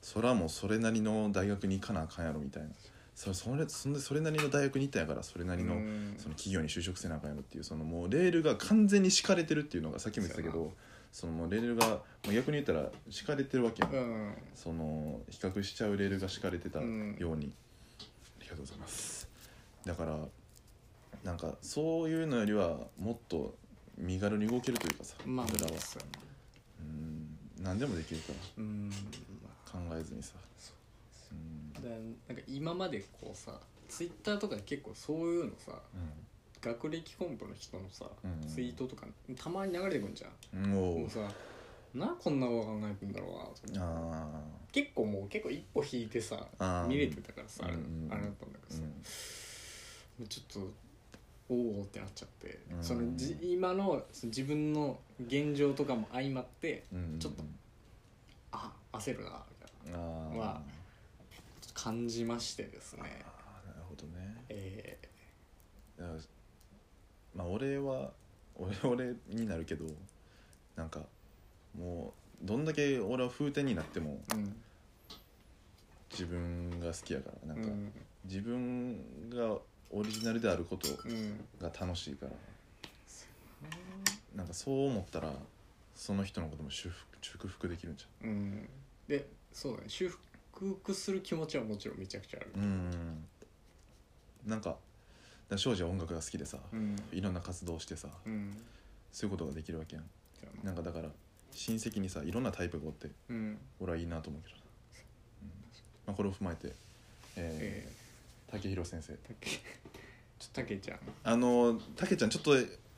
Speaker 1: そらもうそれなりの大学に行かなあかんやろみたいなそれそれそんでそれなりの大学に行ったんやからそれなりの,、
Speaker 2: うん
Speaker 1: その企業に就職せなあかんやろっていうそのもうレールが完全に敷かれてるっていうのがさっきも言ってたけ
Speaker 2: そう
Speaker 1: どそのもうレールがもう逆に言ったら敷かれてるわけやん、
Speaker 2: うん
Speaker 1: その比較しちゃうレールが敷かれてたように、
Speaker 2: うん
Speaker 1: ありがとうございますだからなんかそういうのよりはもっと身軽に動けるというかさ
Speaker 2: まあ
Speaker 1: 俺らは
Speaker 2: そうやな
Speaker 1: うん何でもできるから
Speaker 2: うんまあ
Speaker 1: 考えずにさ
Speaker 2: そ
Speaker 1: うん
Speaker 2: だからなんか今までこうさツイッターとかで結構そういうのさ学歴コンプの人のさ、
Speaker 1: うん
Speaker 2: ツイートとかたまに流れてくんじゃん
Speaker 1: うんうんお
Speaker 2: も
Speaker 1: う
Speaker 2: うさなこんなこと考えてんだろうなと思って
Speaker 1: あ
Speaker 2: 結構もう結構一歩引いてさ
Speaker 1: あー
Speaker 2: 見れてたからさあれ,、
Speaker 1: うん
Speaker 2: あれだったんだけ
Speaker 1: ー
Speaker 2: どさ、もうちょっとおおってなっちゃって、
Speaker 1: うん
Speaker 2: そのじ今のその自分の現状とかも相まって
Speaker 1: うんうん
Speaker 2: ちょっとあ焦るなみたいな
Speaker 1: あー
Speaker 2: はちょっと感じましてですね
Speaker 1: あーなるほどね
Speaker 2: え
Speaker 1: だからまあ俺は俺俺になるけどなんかもうどんだけ俺は風天になっても
Speaker 2: ー、うん
Speaker 1: 自分が好きやからなんか、
Speaker 2: うん
Speaker 1: 自分がオリジナルであること
Speaker 2: うん
Speaker 1: が楽しいからなんかそう思ったらその人のことも祝福祝福できるんじ
Speaker 2: うんでそうだね修復する気持ちはもちろんめちゃくちゃある
Speaker 1: ゃんうんなんかだから庄司は音楽が好きでさ、
Speaker 2: うん
Speaker 1: いろんな活動をしてさ
Speaker 2: うん
Speaker 1: そういうことができるわけやん
Speaker 2: じゃあ
Speaker 1: なんかだから親戚にさいろんなタイプがおって
Speaker 2: うん
Speaker 1: 俺はいいなと思うけどな、うんまあ、これを踏まえて、え
Speaker 2: え
Speaker 1: ー、竹広先生
Speaker 2: ー、たけちょたけちゃん
Speaker 1: あの竹ちゃんちょっと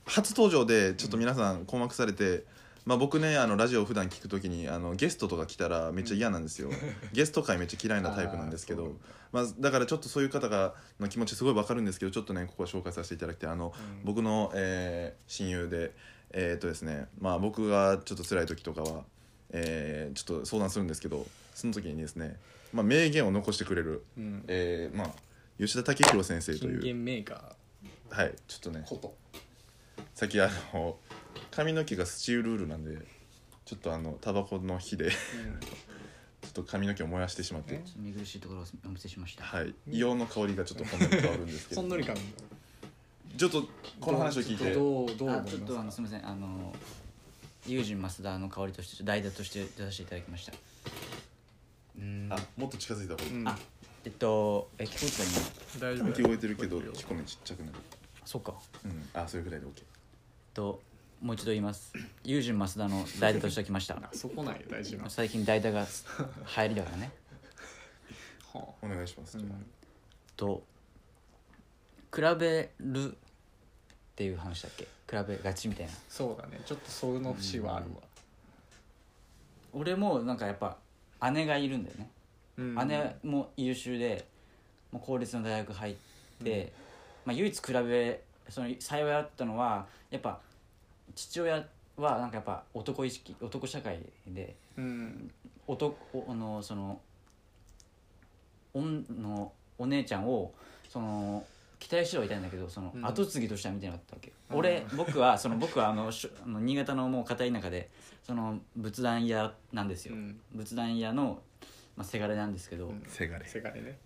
Speaker 1: 初登場でちょっと皆さん困惑されて、まあ、僕ねあのラジオ普段聞くときにあのゲストとか来たらめっちゃ嫌なんです よ、ゲスト界めっちゃ嫌いなタイプなんですけ
Speaker 2: あー
Speaker 1: ど
Speaker 2: そ
Speaker 1: まあ、だからちょっとそういう方がの気持ちすごいわかるんですけどちょっとねここは紹介させていただきたいあの、
Speaker 2: うん
Speaker 1: 僕の、えー親友でえーっとですねまあ僕がちょっと辛い時とかは、えーちょっと相談するんですけどその時にですね、まあ、名言を残してくれる、
Speaker 2: うん
Speaker 1: えーまあ吉田武宏先生と
Speaker 2: 金
Speaker 1: いう、
Speaker 2: 言メーカ
Speaker 1: はい、ちょっとね
Speaker 2: ーこと
Speaker 1: さっきあの髪の毛がスチールウールなんでちょっとあのタバコの火で ちょっと髪の毛を燃やしてしまって
Speaker 2: え、
Speaker 3: 見苦しいところをお見せしました
Speaker 1: はい、硫黄の香りがちょっとほんのり変わるんですけ
Speaker 2: ほ
Speaker 1: ど
Speaker 2: んのりか
Speaker 1: ちょっとこの話を聞いて
Speaker 2: どうどう
Speaker 3: あ
Speaker 2: 思
Speaker 3: ちょっと
Speaker 2: い
Speaker 3: あの
Speaker 2: ます
Speaker 3: すみませんあの友人増田の香りとして代打として出させていただきましたうーん
Speaker 1: あもっと近づいた方がいい、
Speaker 2: うん
Speaker 3: あえっとえ聞こえてた今
Speaker 2: 大丈
Speaker 1: 髪
Speaker 2: 夫
Speaker 1: の毛動いてるけど聞こえちっちゃくなる
Speaker 3: あそうか
Speaker 1: うんあそれぐらいで OK
Speaker 3: えっともう一度言います友人増田の代打としてきました
Speaker 2: あそこないよ大事な、は
Speaker 3: 最近代打が流行りだからね
Speaker 2: あ
Speaker 1: お願いします、じゃあ
Speaker 3: と比べるっていう話だっけ比べがちみたいな
Speaker 2: そうだねちょっとその節はあるわ、
Speaker 3: 俺もなんかやっぱ姉がいるんだよね、
Speaker 2: うん
Speaker 3: 姉も優秀でもう公立の大学入って、まあ、唯一比べその幸いあったのはやっぱ父親はなんかやっぱ男意識男社会で
Speaker 2: うん
Speaker 3: 男あのそのおんのお姉ちゃんをその期待してはいたんだけどその
Speaker 2: うん
Speaker 3: 後継ぎとしては見てなかったわけ、
Speaker 2: うん
Speaker 3: 俺僕はその僕はあのしょあの新潟のもう片田舎でその仏壇屋なんですよ、
Speaker 2: うん
Speaker 3: 仏壇屋の、まあ、せがれなんですけど、
Speaker 2: うん
Speaker 1: せがれ
Speaker 2: せがれね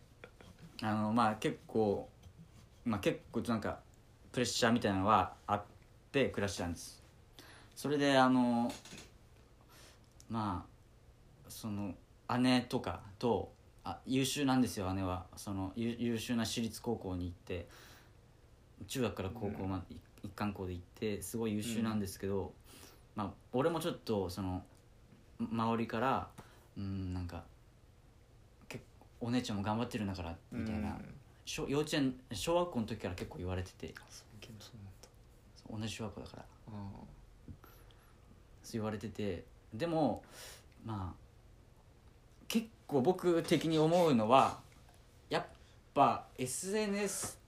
Speaker 3: あのまあ結構まあ結構なんかプレッシャーみたいなのはあって暮らしてたんですそれであのまあその姉とかとあ優秀なんですよ姉はそのゆ優秀な私立高校に行って中学から高校まで、一貫校で行ってすごい優秀なんですけど、まあ俺もちょっとその周りからうんなんか結構お姉ちゃんも頑張ってるんだからみたいな、
Speaker 2: うん
Speaker 3: 小幼稚園小学校の時から結構言われてて
Speaker 2: あそうけどそう
Speaker 3: 同じ小学校だから
Speaker 2: なんだ
Speaker 3: そう言われててでもまあ結構僕的に思うのはやっぱ SNS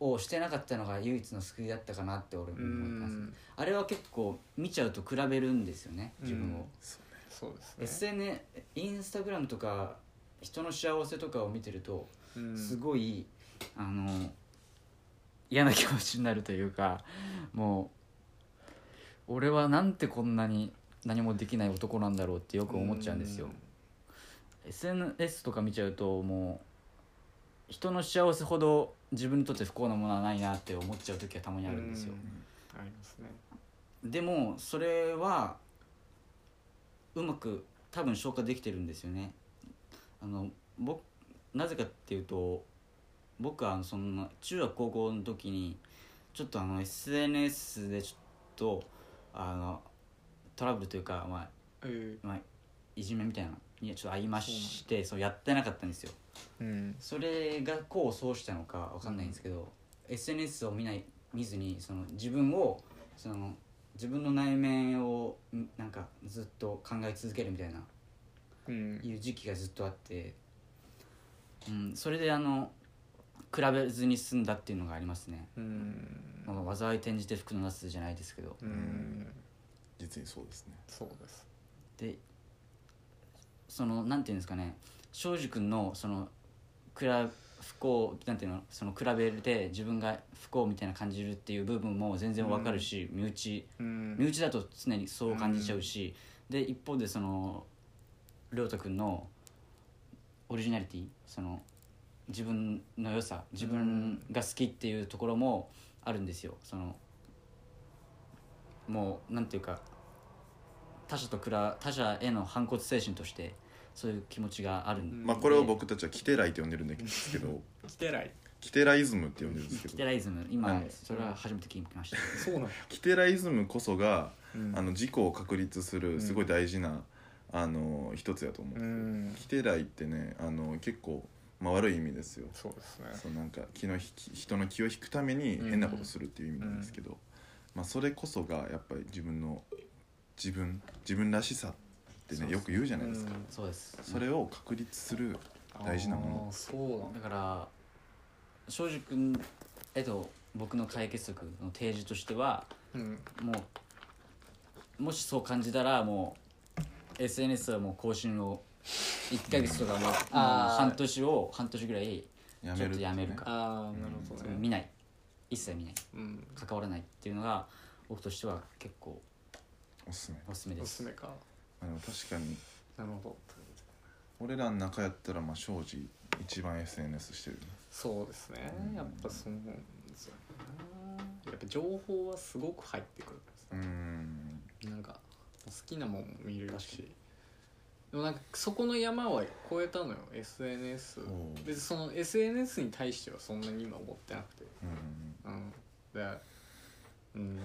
Speaker 3: をしてなかったのが唯一の救いだったかなって俺も
Speaker 2: う
Speaker 3: 思います、
Speaker 2: ん
Speaker 3: あれは結構見ちゃうと比べるんですよね自分を、
Speaker 2: そうですね
Speaker 3: SNS インスタグラムとか人の幸せとかを見てると
Speaker 2: うん
Speaker 3: すごい、あの嫌な気持ちになるというかもう俺はなんてこんなに何もできない男なんだろうってよく思っちゃうんですよ、SNS とか見ちゃうともう人の幸せほど自分にとって不幸なものはないなって思っちゃう時はたまにあるんですよ、
Speaker 2: うんありますね
Speaker 3: でもそれはうまく多分消化できてるんですよねあの僕なぜかっていうと僕はあのそんな中学高校の時にちょっとあの SNS でちょっとあのトラブルというか、まあ
Speaker 2: え
Speaker 3: まあ、いじめみたいなのにちょっとありましてそうやってなかったんですよ
Speaker 2: ーうん
Speaker 3: それが功を奏したのかわかんないんですけど、SNS を見ない見ずにその自分をその自分の内面をんなんかずっと考え続けるみたいな
Speaker 2: うん
Speaker 3: いう時期がずっとあって、うん、それであの比べずに済んだっていうのがありますね、
Speaker 2: うん
Speaker 3: まあ、災い転じて服の夏じゃないですけど
Speaker 2: うん
Speaker 1: 実にそうですね
Speaker 2: そうです
Speaker 3: でそのなんていうんですかね庄司君のその比べ不幸なんていうのその比べて自分が不幸みたいな感じるっていう部分も全然わかるし、身内
Speaker 2: うん
Speaker 3: 身内だと常にそう感じちゃうし、で一方でその亮太君のオリジナリティその自分の良さ自分が好きっていうところもあるんですよそのもうなんていうか他者と比べ他者への反骨精神としてそういう気持ちがあるんで、
Speaker 1: まあこれを僕たちはキテライって呼んでるんですけど
Speaker 2: 来てない
Speaker 1: キテライズムって呼んでるんですけ
Speaker 3: キテ
Speaker 1: ど
Speaker 3: ライズム
Speaker 1: は
Speaker 3: 今
Speaker 1: い
Speaker 3: それは初めて聞きました
Speaker 2: そうなんや、
Speaker 1: キテライズムこそが
Speaker 2: うん、
Speaker 1: あの自己を確立するすごい大事な、あの一つやと思う、
Speaker 2: うん
Speaker 1: キテライってねあの結構、まあ、悪い意味ですよ
Speaker 2: そうですね
Speaker 1: そうなんか気の引き人の気を引くために変なことするっていう意味なんですけど、まあ、それこそがやっぱり自分の自分自分らしさって
Speaker 3: そ
Speaker 1: ね
Speaker 3: うそう
Speaker 1: よく言うじゃないですか、
Speaker 2: うん
Speaker 3: そうです
Speaker 1: それを確立する大事なもの
Speaker 2: あーそうなんだ
Speaker 3: だから庄司君へと僕の解決策の提示としては
Speaker 2: うん
Speaker 3: もうもしそう感じたらもう SNS はもう更新を1ヶ月とかもうもう
Speaker 2: あー
Speaker 3: 半年を半年ぐらい
Speaker 1: や
Speaker 3: ちょ
Speaker 1: め
Speaker 3: っ
Speaker 1: る
Speaker 3: とやめるか
Speaker 2: ああなるほどね
Speaker 3: 見ない一切見ない
Speaker 2: うん
Speaker 3: 関わらないっていうのが僕としては結構
Speaker 1: おすすめ
Speaker 3: おすすめで
Speaker 2: おすす
Speaker 3: す
Speaker 2: めか
Speaker 1: あの確かに
Speaker 2: なるほど
Speaker 1: 俺らの中やったらまあ庄司一番 SNS してるね
Speaker 2: そうですねやっぱそのそうやなやっぱ情報はすごく入ってくる
Speaker 1: うーん
Speaker 2: なんか好きなもん見るしでもなんかそこの山は超えたのよ SNS
Speaker 1: おう
Speaker 2: 別にその SNS に対してはそんなに今思ってなくて
Speaker 1: うん
Speaker 2: うんでうん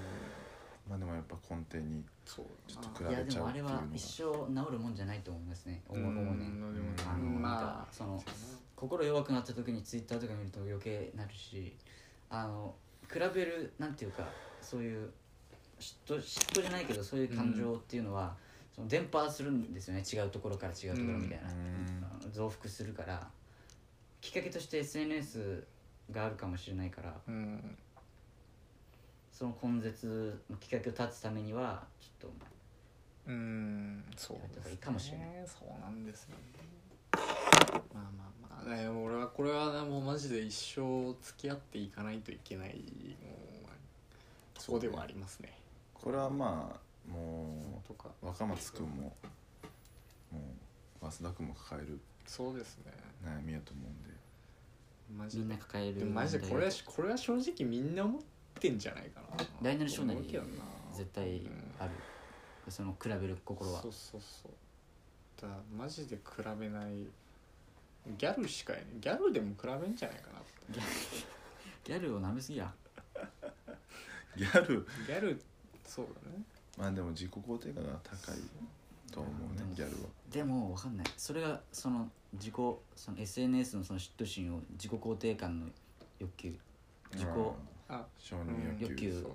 Speaker 1: まあでもやっぱ根底に
Speaker 2: そう
Speaker 1: ちょ
Speaker 2: だ
Speaker 1: っ
Speaker 2: な
Speaker 1: と比
Speaker 3: い
Speaker 1: べ
Speaker 3: や
Speaker 1: ち
Speaker 3: で
Speaker 1: ゃうっ
Speaker 3: もあ
Speaker 1: てい
Speaker 3: れ
Speaker 1: うのが
Speaker 3: は一生治るもんじゃないと思いますね思う思うね
Speaker 2: んでも
Speaker 1: うん
Speaker 3: あのなん
Speaker 2: ま
Speaker 3: か
Speaker 2: あ
Speaker 3: その心弱くなった時にツイッターとか見ると余計なるしあの比べるなんていうかそういう嫉妬嫉妬じゃないけどそういう感情っていうのは、その伝播するんですよね違うところから違うところみたいな、
Speaker 1: うん
Speaker 3: あの増幅するからきっかけとして SNS があるかもしれないから
Speaker 2: うん
Speaker 3: その根絶のきっかけを断つためにはちょっと
Speaker 2: うんそう
Speaker 3: やっ
Speaker 2: です
Speaker 3: た方がい
Speaker 2: ね
Speaker 3: いかもしれない
Speaker 2: そうなんですよねまあまあまあね俺はこれはもうマジで一生付き合っていかないといけないもうそこではありますね
Speaker 1: これはまあも
Speaker 2: とか
Speaker 1: う若松君ももう早稲田君も抱える
Speaker 2: そうですね
Speaker 1: 悩みやと思うんで
Speaker 2: マジ
Speaker 3: みん
Speaker 2: で
Speaker 3: な抱える
Speaker 2: でもマジでこれは
Speaker 3: 絶
Speaker 2: これは正直みんな思ってんじゃないかな
Speaker 3: 大なり小なり
Speaker 2: 思うけどな
Speaker 3: 対あるその比べる心は
Speaker 2: そうそうそうだからマジで比べないギャルしかやねギャルでも比べんじゃないかなって
Speaker 3: ギャルを舐めすぎや
Speaker 1: ギャル
Speaker 2: ギャルそうだね
Speaker 1: まあでも自己肯定感が高いと思うねギャルは
Speaker 3: でもわかんないそれがその自己その SNS のその嫉妬心を自己肯定感の欲求自己
Speaker 1: うん
Speaker 2: あ
Speaker 1: 承認欲
Speaker 3: 欲
Speaker 1: 求
Speaker 3: 求
Speaker 2: そうだね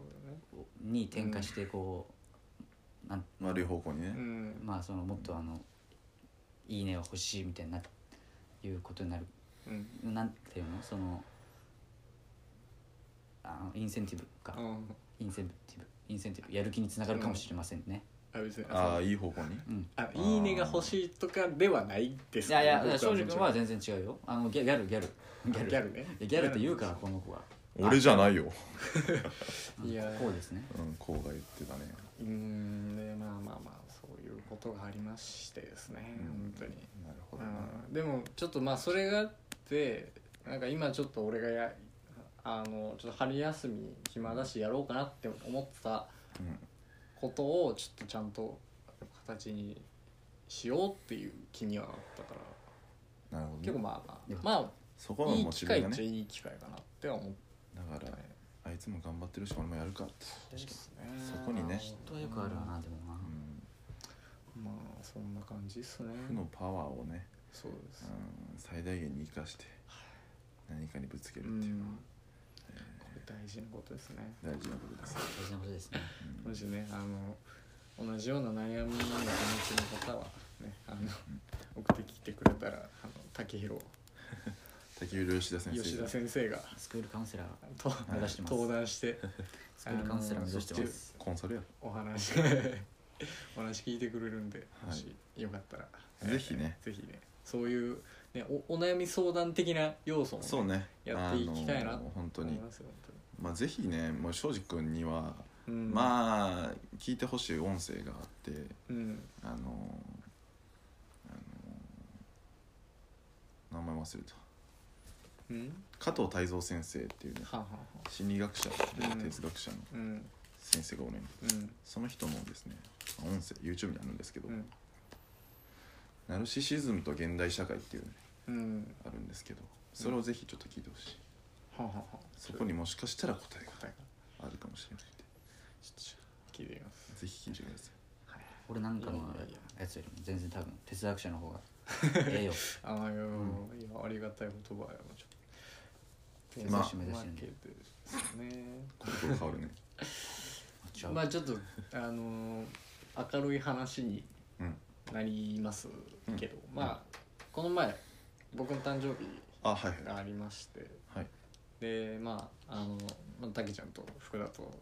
Speaker 3: に転化してこう、なん
Speaker 1: 悪い方向にね、
Speaker 2: うん
Speaker 3: まあそのもっとあの「いいね」を欲しいみたいないうことになる
Speaker 2: うん
Speaker 3: なんていうのそのあのインセンティブか、
Speaker 2: うん
Speaker 3: インセンティブインセンティブやる気につながるかもしれませんね、
Speaker 2: あ別に
Speaker 1: ああ
Speaker 2: あ
Speaker 1: いい方向に
Speaker 3: うん、
Speaker 2: あいいねが欲しいとかではないです
Speaker 3: いやいや
Speaker 2: 僕は
Speaker 3: 庄司
Speaker 2: もち
Speaker 3: 君
Speaker 2: ろん
Speaker 3: は全然違うよあのギャギャルギャルギャル
Speaker 2: ギャルね
Speaker 3: いやギャルって言うからこの子は
Speaker 1: 俺じゃないよ、
Speaker 2: いや
Speaker 3: こうですね
Speaker 1: うん、こうが言ってたね
Speaker 2: うーんでまあまあまあそういうことがありましてですね、
Speaker 1: うん
Speaker 2: 本当に、
Speaker 1: なるほどな、
Speaker 2: うん、でもちょっとまあそれがあってなんか今ちょっと俺がやあのちょっと春休み暇だしやろうかなって思ってた
Speaker 1: うん
Speaker 2: ことをちょっとちゃんと形にしようっていう気にはなったから
Speaker 1: なるほどね
Speaker 2: 結構まあま
Speaker 3: いや
Speaker 2: あまあ
Speaker 1: そこの
Speaker 2: いい
Speaker 1: モチ
Speaker 2: 機
Speaker 1: ベ
Speaker 2: 会
Speaker 1: が
Speaker 2: っちゃ
Speaker 1: ね
Speaker 2: いい機会かなって思っ
Speaker 1: だ
Speaker 2: た
Speaker 1: から
Speaker 2: ね
Speaker 1: あいつも頑張ってるし俺もやるかって
Speaker 2: 確か
Speaker 1: そこにね
Speaker 3: 人はよくあるわなでもな
Speaker 1: うん
Speaker 2: まあそんな感じっすね
Speaker 1: 負のパワーをね、
Speaker 2: そうです
Speaker 1: うん、最大限に生かして何かにぶつけ
Speaker 2: う
Speaker 1: るっていうのは
Speaker 2: んこれ大事なことですね
Speaker 1: 大事なことです、
Speaker 3: 大事なことですね
Speaker 1: う
Speaker 2: も
Speaker 1: ん
Speaker 2: しねあの同じような悩みをお持ちの方はねあの送ってきてくれたらあの竹広
Speaker 1: 竹内吉田先生
Speaker 2: 吉田先生が
Speaker 3: スクールカウンセラー
Speaker 2: と
Speaker 3: 目指してます
Speaker 2: 登壇して
Speaker 3: スクールカウンセラー目指してます
Speaker 1: コンサルやろ
Speaker 2: お話お話聞いてくれるんで、
Speaker 1: はい
Speaker 2: もしよかったら
Speaker 1: ぜひね
Speaker 2: えーぜひねそういう、ね、おお悩み相談的な要素もね、
Speaker 1: そうね
Speaker 2: やっていきたいな
Speaker 1: あの本当
Speaker 2: 思
Speaker 1: に
Speaker 2: いますよ本
Speaker 1: まあぜひねもう庄司君には、
Speaker 2: 当にうん
Speaker 1: まあ聞いてほしい音声があって
Speaker 2: うん
Speaker 1: あのーあのー名前忘れた
Speaker 2: うん
Speaker 1: 加藤泰造先生っていうね
Speaker 2: はんはんは
Speaker 1: 心理学者
Speaker 2: うん
Speaker 1: 哲学者の
Speaker 2: んうん
Speaker 1: 先生がおるんやけど
Speaker 2: うん
Speaker 1: その人のですね音声 YouTube にあるんですけど、
Speaker 2: うん
Speaker 1: ナルシシズムと現代社会っていうね
Speaker 2: うん
Speaker 1: あるんですけどそれをぜひちょっと聞いてほしい、
Speaker 2: はんはんはん
Speaker 1: そこにもしかしたら答えが
Speaker 2: 答え
Speaker 1: あるかもしれないんで
Speaker 2: ちょっと聞いてみます
Speaker 1: ぜひ聞いてくださ
Speaker 2: はい
Speaker 3: 俺なんかの
Speaker 2: いやいやいや
Speaker 3: やつよりも全然多分哲学者の方 がええよ
Speaker 2: あのよ、いやありがたい言葉やもうちょっと
Speaker 1: まあ
Speaker 2: 手差し負けてですね
Speaker 1: い心変わるね
Speaker 3: 違う
Speaker 2: まあちょっとあのー明るい話に
Speaker 1: うん
Speaker 2: なりますけど、まあこの前僕の誕生日
Speaker 1: あはいはい
Speaker 2: がありまして
Speaker 1: はい
Speaker 2: でまああのまあたけちゃんと福田と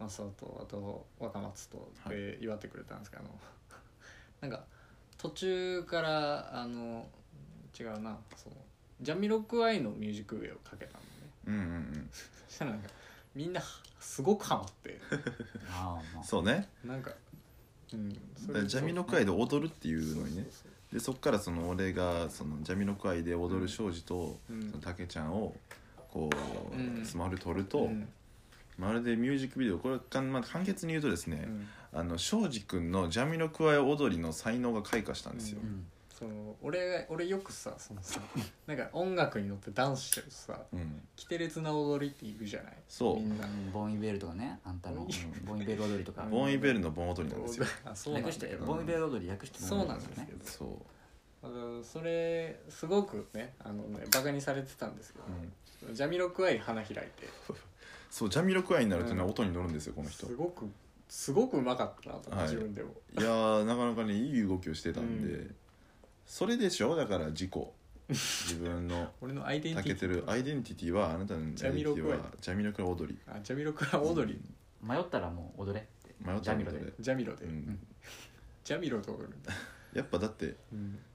Speaker 2: 松尾とあと若松と
Speaker 1: は
Speaker 2: で祝ってくれたんですけど、あの なんか途中からあの違うなそのジャミロクワイのミュージックビデオをかけたのね
Speaker 1: うんうんうん
Speaker 2: そしたらなんかみんなすごくハマって
Speaker 3: ああまあ
Speaker 1: そうね
Speaker 2: なんか、うん、そ
Speaker 1: だ
Speaker 2: れ
Speaker 1: からジャミロクワイで踊るってい
Speaker 2: そうう
Speaker 1: のにね
Speaker 2: そう
Speaker 1: でそっからその俺がそのジャミロクワイで踊る庄司と
Speaker 2: うん
Speaker 1: そのたけちゃんをこ
Speaker 2: うん
Speaker 1: うスマホで撮る
Speaker 2: そう
Speaker 1: と
Speaker 2: うん
Speaker 1: まるでミュージックビデオこれかんまあ簡潔に言うとです
Speaker 2: う
Speaker 1: ね
Speaker 2: ん
Speaker 1: あの庄司君のジャミロクワイ踊りの才能が開花したんですよ
Speaker 2: う
Speaker 3: うん
Speaker 2: その俺俺よくさその さなんか音楽に乗ってダンスしてるとさ
Speaker 1: うん
Speaker 2: キテレツな踊りっていくじゃない
Speaker 1: そう
Speaker 2: みんな
Speaker 3: うんボンイベールとかねあんた
Speaker 2: ボ
Speaker 3: の
Speaker 2: ンイ
Speaker 3: うんボンイベール踊りとか
Speaker 2: うん
Speaker 1: ボンイベルの盆踊りなんですよ
Speaker 2: あそうなんだ
Speaker 3: 略してボンイベール踊り略してボンイベール
Speaker 2: そうなんですよ
Speaker 1: そ
Speaker 2: あのそれすごくねあのねバカにされてたんですけど
Speaker 1: う、う、ん、
Speaker 2: ジャミロクワイ花開いて
Speaker 1: そうジャミロクワイになるとね
Speaker 2: うん
Speaker 1: 音に乗るんですよこの人
Speaker 2: すごくすごくうまかったなと、
Speaker 1: はい
Speaker 2: 自分でも
Speaker 1: いやーなかなかねいい動きをしてたんで、
Speaker 2: う
Speaker 1: それでしょだから自己自分の
Speaker 2: 俺のアイデンテ
Speaker 1: た
Speaker 2: ィテ
Speaker 1: け
Speaker 2: ィ
Speaker 1: て るアイデンティティはあなたのアイデンティティはジャミロクワイ踊り
Speaker 2: あジャミロクワイ踊り、
Speaker 3: 迷ったらもう踊れって
Speaker 1: 迷ったら踊れ
Speaker 3: ジャミロで
Speaker 2: ジャミロで、
Speaker 1: うん、
Speaker 2: ジャミロで踊るんだ、
Speaker 1: やっぱだって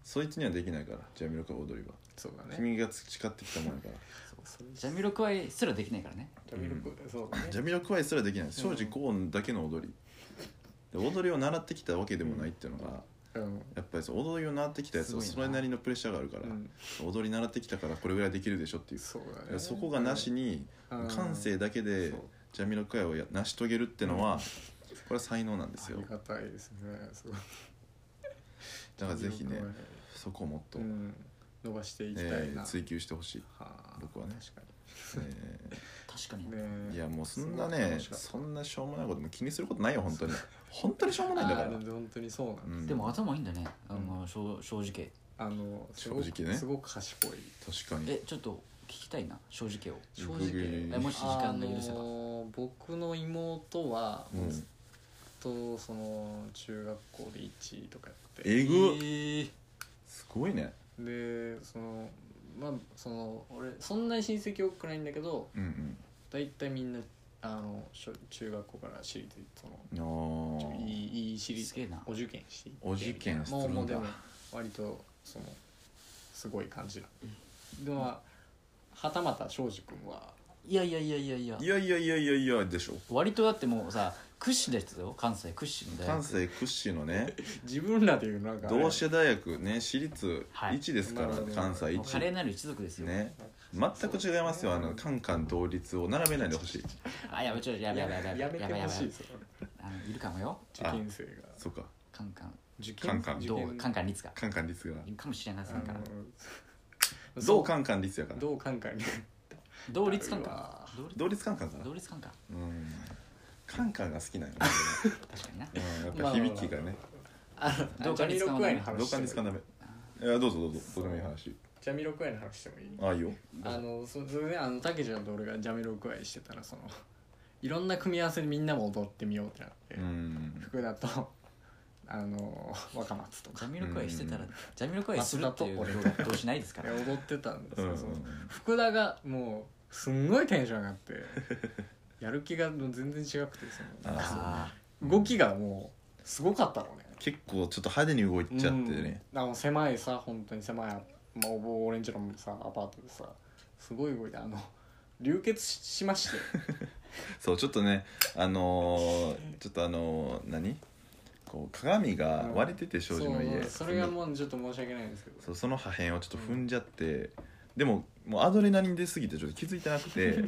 Speaker 1: そいつにはできないからジャミロクワイ踊りは、
Speaker 2: そうだね
Speaker 1: 君が培ってきたもんやから
Speaker 2: そう
Speaker 3: ジャミロクワイすらできないからね
Speaker 2: ジャミロクワイそうだね
Speaker 1: ジャミロクワイすらできない庄司コーンだけの踊りで踊りを習ってきたわけでもないっていうのが、
Speaker 2: うん
Speaker 1: やっぱりそう踊りを習ってきたやつは
Speaker 3: す
Speaker 1: そ
Speaker 3: ごいな
Speaker 1: れなりのプレッシャーがあるから、
Speaker 2: うん
Speaker 1: 踊り習ってきたからこれぐらいできるでしょっていう
Speaker 2: そうだ
Speaker 1: いや
Speaker 2: ね
Speaker 1: そこがなしに
Speaker 2: うん
Speaker 1: 感性だけで
Speaker 2: そう
Speaker 1: ジャミロクワイをや成し遂げるってのはこれは才能なんです
Speaker 2: あ
Speaker 1: よ
Speaker 2: りがたいですねすごい
Speaker 1: だからぜひ
Speaker 2: ジ
Speaker 1: ね
Speaker 2: ャミロク
Speaker 1: そこをもっと
Speaker 2: ワイうん伸ばしていきたいな、
Speaker 1: えー追求してほしい
Speaker 2: はあ
Speaker 1: 僕はね
Speaker 2: 確か
Speaker 1: え
Speaker 3: 確かに
Speaker 2: にね
Speaker 1: ーいやもうそんな
Speaker 2: すごい
Speaker 1: ね
Speaker 2: 楽しかった
Speaker 1: そんなしょうもないことも気にすることないよ本当に本当にしょうもないんだか
Speaker 2: あ
Speaker 1: ら
Speaker 2: ーでも本当にそうなんです、
Speaker 1: うん
Speaker 3: でも頭いいんだねあ
Speaker 2: う
Speaker 3: の正正直
Speaker 2: あのすごく
Speaker 1: 正直ね
Speaker 2: すごく賢い
Speaker 1: 確かに
Speaker 3: えちょっと聞きたいな正直を
Speaker 2: 正
Speaker 1: 僕
Speaker 2: 直
Speaker 3: えもし時間が許せば
Speaker 2: あのー僕の妹は
Speaker 1: うん
Speaker 2: ずっとその中学校で1位とかやって
Speaker 1: えぐっ
Speaker 3: えー
Speaker 1: すごいね
Speaker 2: でそのまあその俺そんなに親戚多くないんだけど
Speaker 1: うん
Speaker 2: 大体みんなあの小中学校から私立その
Speaker 1: うんあー
Speaker 2: いいいい私立
Speaker 3: すげえな
Speaker 2: お受験していって
Speaker 1: お受験するんだ
Speaker 2: もうもうでも割とそのすごい感じなでもはたまた庄司君はい
Speaker 3: やいやいやいやいや
Speaker 1: いやいやいやいやいやでしょ
Speaker 3: 割とだってもうさ屈指ですよ関西屈指の大学
Speaker 1: 関西屈指のね
Speaker 2: 自分らでいうなんかあれ
Speaker 1: 同志社大学ね私立
Speaker 3: はい
Speaker 1: 1ですから、
Speaker 2: なるほど
Speaker 1: 関西
Speaker 3: もう華麗
Speaker 1: 1
Speaker 3: なる一族ですよ、
Speaker 1: ね全く違いますよあのカンカン同率を並べないでほしい
Speaker 3: あやべちょやべやべやべ
Speaker 2: やめ
Speaker 3: や
Speaker 2: て
Speaker 3: べや
Speaker 2: ほ
Speaker 3: べ
Speaker 2: しいですよ
Speaker 3: あのいるかもよ
Speaker 2: 受験生が
Speaker 1: そっか
Speaker 3: カンカン
Speaker 2: 受
Speaker 1: カン
Speaker 2: 験
Speaker 1: カン
Speaker 2: 受
Speaker 3: どう
Speaker 2: 験
Speaker 3: カンカン率が
Speaker 1: カンカン率が
Speaker 3: いるかもしれませ
Speaker 2: あ
Speaker 3: ん
Speaker 2: の
Speaker 3: から
Speaker 1: 同カンカン率やから
Speaker 2: どうカンカンに
Speaker 3: 同率感か
Speaker 2: あ
Speaker 3: 同率
Speaker 1: 同率カンカンかな
Speaker 3: 同率感か
Speaker 1: うんカンカンが好きなんよ、ね、
Speaker 3: 確かにな
Speaker 1: 俺はうんやっぱ響きがね
Speaker 2: あ
Speaker 3: どう
Speaker 2: ジャ
Speaker 3: カン
Speaker 2: ミ
Speaker 3: に使
Speaker 2: ロ
Speaker 3: うの
Speaker 2: クワイの話
Speaker 1: 同感です
Speaker 2: して
Speaker 1: か
Speaker 2: もい
Speaker 1: ダ
Speaker 2: い
Speaker 1: メいやどうぞどうぞどうでもいい話
Speaker 2: ジャミロクワイの話してもいい
Speaker 1: ああいいよ
Speaker 2: あのそそれであのたけちゃんと俺がジャミロクワイしてたらその いろんな組み合わせでみんなも踊ってみようってなって、
Speaker 1: うん
Speaker 2: 福田と あの若松とか
Speaker 3: ジャミロクワイしてたら
Speaker 1: うん
Speaker 3: ジャミロクワイするっていう
Speaker 2: 松田と
Speaker 3: 動動しないですか
Speaker 2: で
Speaker 3: ら
Speaker 2: 踊ってたんです
Speaker 1: う
Speaker 2: け
Speaker 1: ん
Speaker 2: ど、
Speaker 1: うん
Speaker 2: その福田がもうすんごいテンション上がって やる気がもう全然違くてその
Speaker 3: あ
Speaker 2: 動きがもうすごかったのね
Speaker 1: 結構ちょっと派手に動いちゃってね、
Speaker 2: うんあの狭いさ本当に狭い、まあ、おぼオレンジのさアパートでさすごい動いてあの流血ししまして
Speaker 1: そうちょっとねあのー、ちょっとあのー、何こう鏡が割れてて庄司の家
Speaker 2: そうそれがもうちょっと申し訳ないんですけど
Speaker 1: そうその破片をちょっと踏んじゃって、でももうアドレナリン出すぎてちょっと気づいてなくて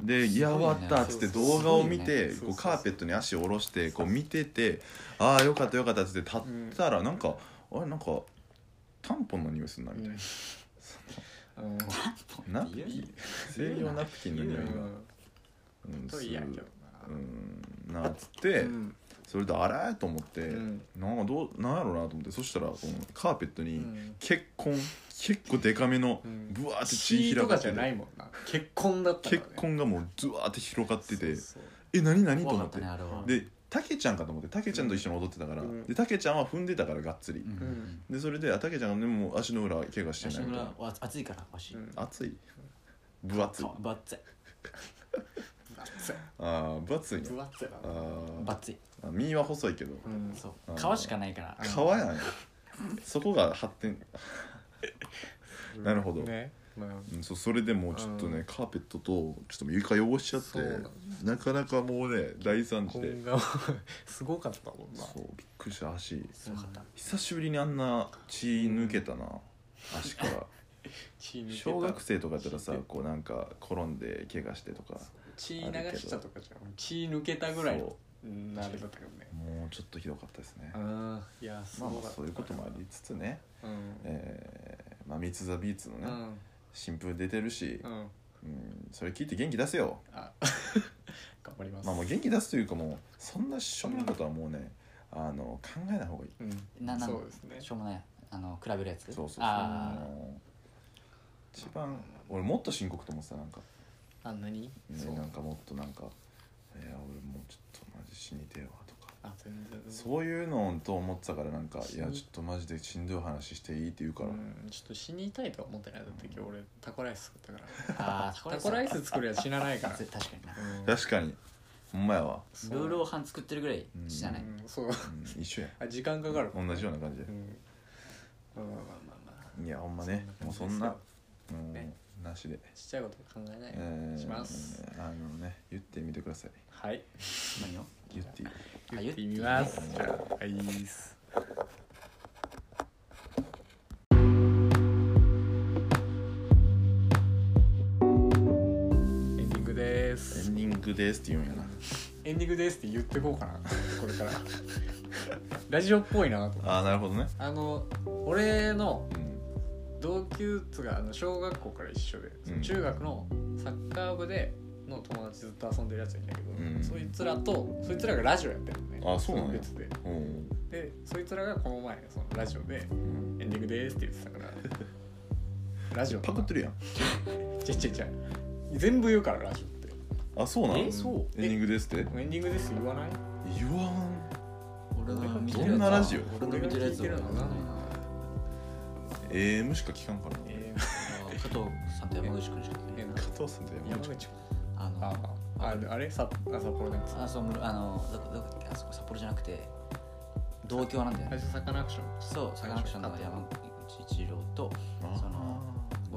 Speaker 1: で「いや
Speaker 3: す
Speaker 1: 終
Speaker 3: ご
Speaker 1: わ
Speaker 3: いね
Speaker 1: った」っつって
Speaker 3: そうそ
Speaker 1: 動
Speaker 3: う
Speaker 1: 画を見て、
Speaker 2: すごいねそう
Speaker 1: こ
Speaker 2: そう
Speaker 1: う
Speaker 2: そう
Speaker 1: カーペットに足を下ろしてこう見てて「ああよかったよかった」っつって立ったらなんか、あれなんかタンポンの匂いするなみたいな、
Speaker 2: うん
Speaker 1: ナ
Speaker 3: あ
Speaker 1: プキ
Speaker 3: いい
Speaker 1: ン西洋ナプキンの匂いが、うん、
Speaker 2: と
Speaker 1: す
Speaker 2: いやけど
Speaker 1: うんなっつって、
Speaker 2: なうん
Speaker 1: それであれと思って、
Speaker 2: うん
Speaker 1: なんかどうなんやろうなと思ってそしたらこのカーペット
Speaker 2: う
Speaker 1: に
Speaker 2: ん
Speaker 1: 結婚結構デカめの
Speaker 2: うん
Speaker 1: ブワーって
Speaker 2: 血
Speaker 1: 血開
Speaker 2: と
Speaker 1: か
Speaker 2: か
Speaker 1: って
Speaker 2: じ
Speaker 1: て
Speaker 2: ゃないもんな結婚だったから
Speaker 1: 結
Speaker 2: ね
Speaker 1: 婚がもうズワーって広がってて
Speaker 2: そうそう
Speaker 1: え何何と
Speaker 3: 怖
Speaker 1: 思
Speaker 3: か
Speaker 1: っ
Speaker 3: ってたねあれは
Speaker 1: でたけちゃんかと思ってたけちゃんと一緒に踊ってたから
Speaker 2: うん
Speaker 1: でたけちゃんは踏んでたからがっつり
Speaker 3: うんうん
Speaker 1: でそれであたけちゃんがでも足の裏怪我して
Speaker 3: 足
Speaker 1: ない
Speaker 3: の
Speaker 1: みたい
Speaker 3: 裏
Speaker 1: な
Speaker 3: は暑いからわし
Speaker 2: うん
Speaker 1: 熱い分厚い
Speaker 3: かバッツ
Speaker 2: バッツェ
Speaker 1: あー分厚いね
Speaker 2: 分厚いな
Speaker 1: あ
Speaker 3: ェバッツェ
Speaker 1: ー身は細いけど
Speaker 2: うん
Speaker 3: そ
Speaker 1: あ
Speaker 3: う
Speaker 1: ー
Speaker 3: 皮しかないから
Speaker 1: 皮やねそこが発展なるほど
Speaker 2: ねまあ
Speaker 1: うんそうそれでもうちょっとね、
Speaker 2: う
Speaker 1: カーペットとちょっともう床汚しちゃって
Speaker 2: そうなんだ
Speaker 1: なかなかもうね大惨事で
Speaker 2: 今後すごかったもんな
Speaker 1: そうびっくりした足
Speaker 3: すごかった
Speaker 1: 久しぶりにあんな血抜けたな、足 から
Speaker 2: 血抜けた
Speaker 1: 小学生とかやったらさこうなんか転んで怪我してとか
Speaker 2: 血流したとかじゃん血抜けたぐらいの
Speaker 1: そ
Speaker 2: うんあれだったけどね
Speaker 1: うもうちょっとひどかったですね
Speaker 2: ああいやす
Speaker 1: まあ
Speaker 2: ご
Speaker 1: ま
Speaker 2: か
Speaker 1: あ
Speaker 2: った
Speaker 1: そういうこともありつつね、
Speaker 2: うん
Speaker 1: えーまあ、ミツ・ザ・ビーツの
Speaker 2: う
Speaker 1: ね、
Speaker 2: ん
Speaker 1: 新風出てるし
Speaker 2: う、ん
Speaker 1: うん、それ聞いて元気出せよ
Speaker 2: あ 頑張ります
Speaker 1: まあもう元気出すというかもうそんなしょうもないことはもうねあの考えない方がいい
Speaker 2: うん
Speaker 3: なな
Speaker 2: そうですね
Speaker 3: しょうもないあの比べるやつ
Speaker 1: そうそうそう
Speaker 3: あー
Speaker 1: 一番俺もっと深刻と思ってたなんか、
Speaker 2: あ何そ
Speaker 1: ね、
Speaker 2: う
Speaker 1: なんかもっとなんか「いや俺もうちょっとマジ死にてえわ」とか
Speaker 2: あ全然
Speaker 1: そういうのと思ってたからなんか「
Speaker 2: 死
Speaker 1: い
Speaker 2: に
Speaker 1: やちょっとマジでしんどい話していい?」って言うから、
Speaker 2: うんちょっと死にたいとは思ってないだって今日俺タコライス作ったから
Speaker 3: あー
Speaker 2: タコライス作りゃ死なないから
Speaker 3: 確かにな
Speaker 2: うん
Speaker 1: 確かにほんまやわ、
Speaker 2: そう
Speaker 3: ルーローハン作ってるぐらい知らない
Speaker 2: うんそう
Speaker 1: うん、一緒や
Speaker 2: あ時間かかる
Speaker 1: 同じような感じ
Speaker 2: う
Speaker 1: で、
Speaker 2: んまあまあまあまあまあ
Speaker 1: いやほんまねもうそんなうん、
Speaker 2: ね
Speaker 1: なしで、
Speaker 2: ちっちゃいこと考えないよう
Speaker 1: え
Speaker 2: に
Speaker 1: ー
Speaker 2: します
Speaker 1: あのね言ってみてください
Speaker 2: はい
Speaker 3: 何よ
Speaker 1: 言っていい
Speaker 3: あ
Speaker 2: 言ってみますじゃあはいっすエンディングで
Speaker 1: エ
Speaker 2: す
Speaker 1: ンディングですって言うんやな
Speaker 2: エンディングですって言ってこうかなこれから ラジオっぽいなと
Speaker 1: ああなるほどね
Speaker 2: あの俺の
Speaker 1: うん
Speaker 2: 同級っつうかあの小学校から一緒で、その中学のサッカー部での友達ずっと遊んでるやついんだけど、
Speaker 1: うん
Speaker 2: そいつらとそいつらがラジオやってるのね
Speaker 1: あそうなんや
Speaker 2: 別で
Speaker 1: おう
Speaker 2: でそいつらがこの前そのラジオで
Speaker 1: うん
Speaker 2: 「エンディングです」って言ってたから ラジオ
Speaker 1: パクってるやん
Speaker 2: ちゃちゃちゃ全部言うからラジオって
Speaker 1: あそうなん
Speaker 3: えそう
Speaker 1: エンディングですって
Speaker 2: エンディングですって言わない
Speaker 1: 言わん
Speaker 3: 俺の見て
Speaker 1: ど
Speaker 3: るや
Speaker 1: ん
Speaker 3: つ
Speaker 1: な
Speaker 3: は
Speaker 1: ラジオ
Speaker 3: 俺の見てるやつは
Speaker 2: 俺が聞いてるのはな
Speaker 1: ええむしか聞かんからな
Speaker 2: え
Speaker 3: あー加藤さんと山口君しか聞いて
Speaker 2: え
Speaker 3: ない
Speaker 1: 加藤さんと
Speaker 2: ー、
Speaker 1: 山
Speaker 2: 山
Speaker 1: 口
Speaker 2: 口
Speaker 3: あ
Speaker 2: あ
Speaker 3: の
Speaker 2: あああれさあ札幌のやつ
Speaker 3: あそうあのどこどこだっけあそこ札幌じゃなくて同郷なんだよ
Speaker 2: 最
Speaker 3: ね
Speaker 2: 初サカナクション
Speaker 3: そうサカナクションの山口一郎と
Speaker 1: あ
Speaker 3: その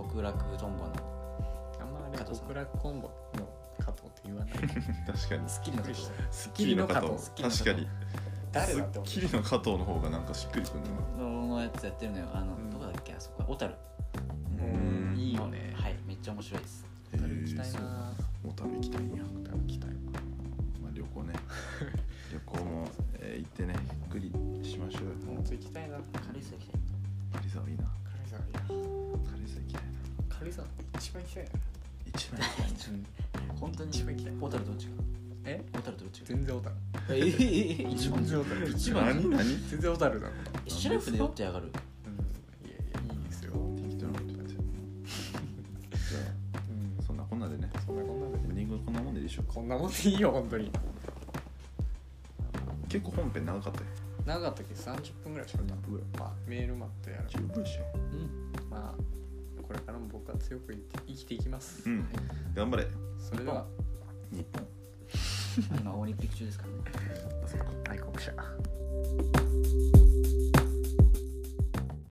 Speaker 3: 極楽とんぼの
Speaker 2: あんまり
Speaker 3: 加藤さん
Speaker 2: 極楽コンボの加藤って言わない
Speaker 1: 確かに
Speaker 3: スッキリの時
Speaker 1: スッキリの加藤
Speaker 2: スッ
Speaker 3: キリの加藤
Speaker 1: 確かに
Speaker 2: 誰
Speaker 1: ス
Speaker 2: だって
Speaker 1: ッ
Speaker 2: 思う
Speaker 1: キリの加藤の方がなんかしっくりくるな
Speaker 3: のやつやってるのよあの、
Speaker 2: うん
Speaker 3: どこだっけあそこ小樽
Speaker 2: うんいいよね
Speaker 3: はいめっちゃ面白いです
Speaker 1: え
Speaker 2: 旅行きたい
Speaker 1: そう
Speaker 2: な
Speaker 1: もう旅行きたいんや
Speaker 2: 旅行きたいわ
Speaker 1: まあ旅行ね旅行もえー行ってねゆっくりしましょうよ
Speaker 2: 本当行きたいな
Speaker 3: 軽井沢行きたい
Speaker 1: 軽井沢いいな
Speaker 2: 軽井沢いいな
Speaker 1: 軽井沢行きたい
Speaker 2: さ一番嫌いや
Speaker 1: 一番嫌いな
Speaker 3: 本当に
Speaker 2: 一番嫌い
Speaker 3: 小樽どっちが
Speaker 2: え
Speaker 3: 小樽どっちが
Speaker 2: 全然オタル
Speaker 3: えええ一番
Speaker 2: 全然オタル
Speaker 3: 一番
Speaker 1: 何何
Speaker 2: 全然オタルなの
Speaker 3: シラフで酔ってやがる
Speaker 2: うんいやいやいいですよ
Speaker 1: 適当なこと言ってじゃ
Speaker 2: うん
Speaker 1: あそんなこんなでね
Speaker 2: そんなこんなで
Speaker 1: エンディングはこんなもんでいいでしょうか
Speaker 2: こんなもんでいいよ本当に
Speaker 1: 結構本編長かったよ
Speaker 2: 長かったっけ30分ぐらいしか
Speaker 1: 10分ぐらい
Speaker 2: まあメール待ってやる
Speaker 1: 十分でしょ
Speaker 2: うんまあこれからも僕は強く生きて生きていきます、
Speaker 1: うん
Speaker 2: はい
Speaker 1: 頑張れ
Speaker 2: それでは
Speaker 1: 日本
Speaker 3: 今オリンピック中ですからね
Speaker 2: 愛国者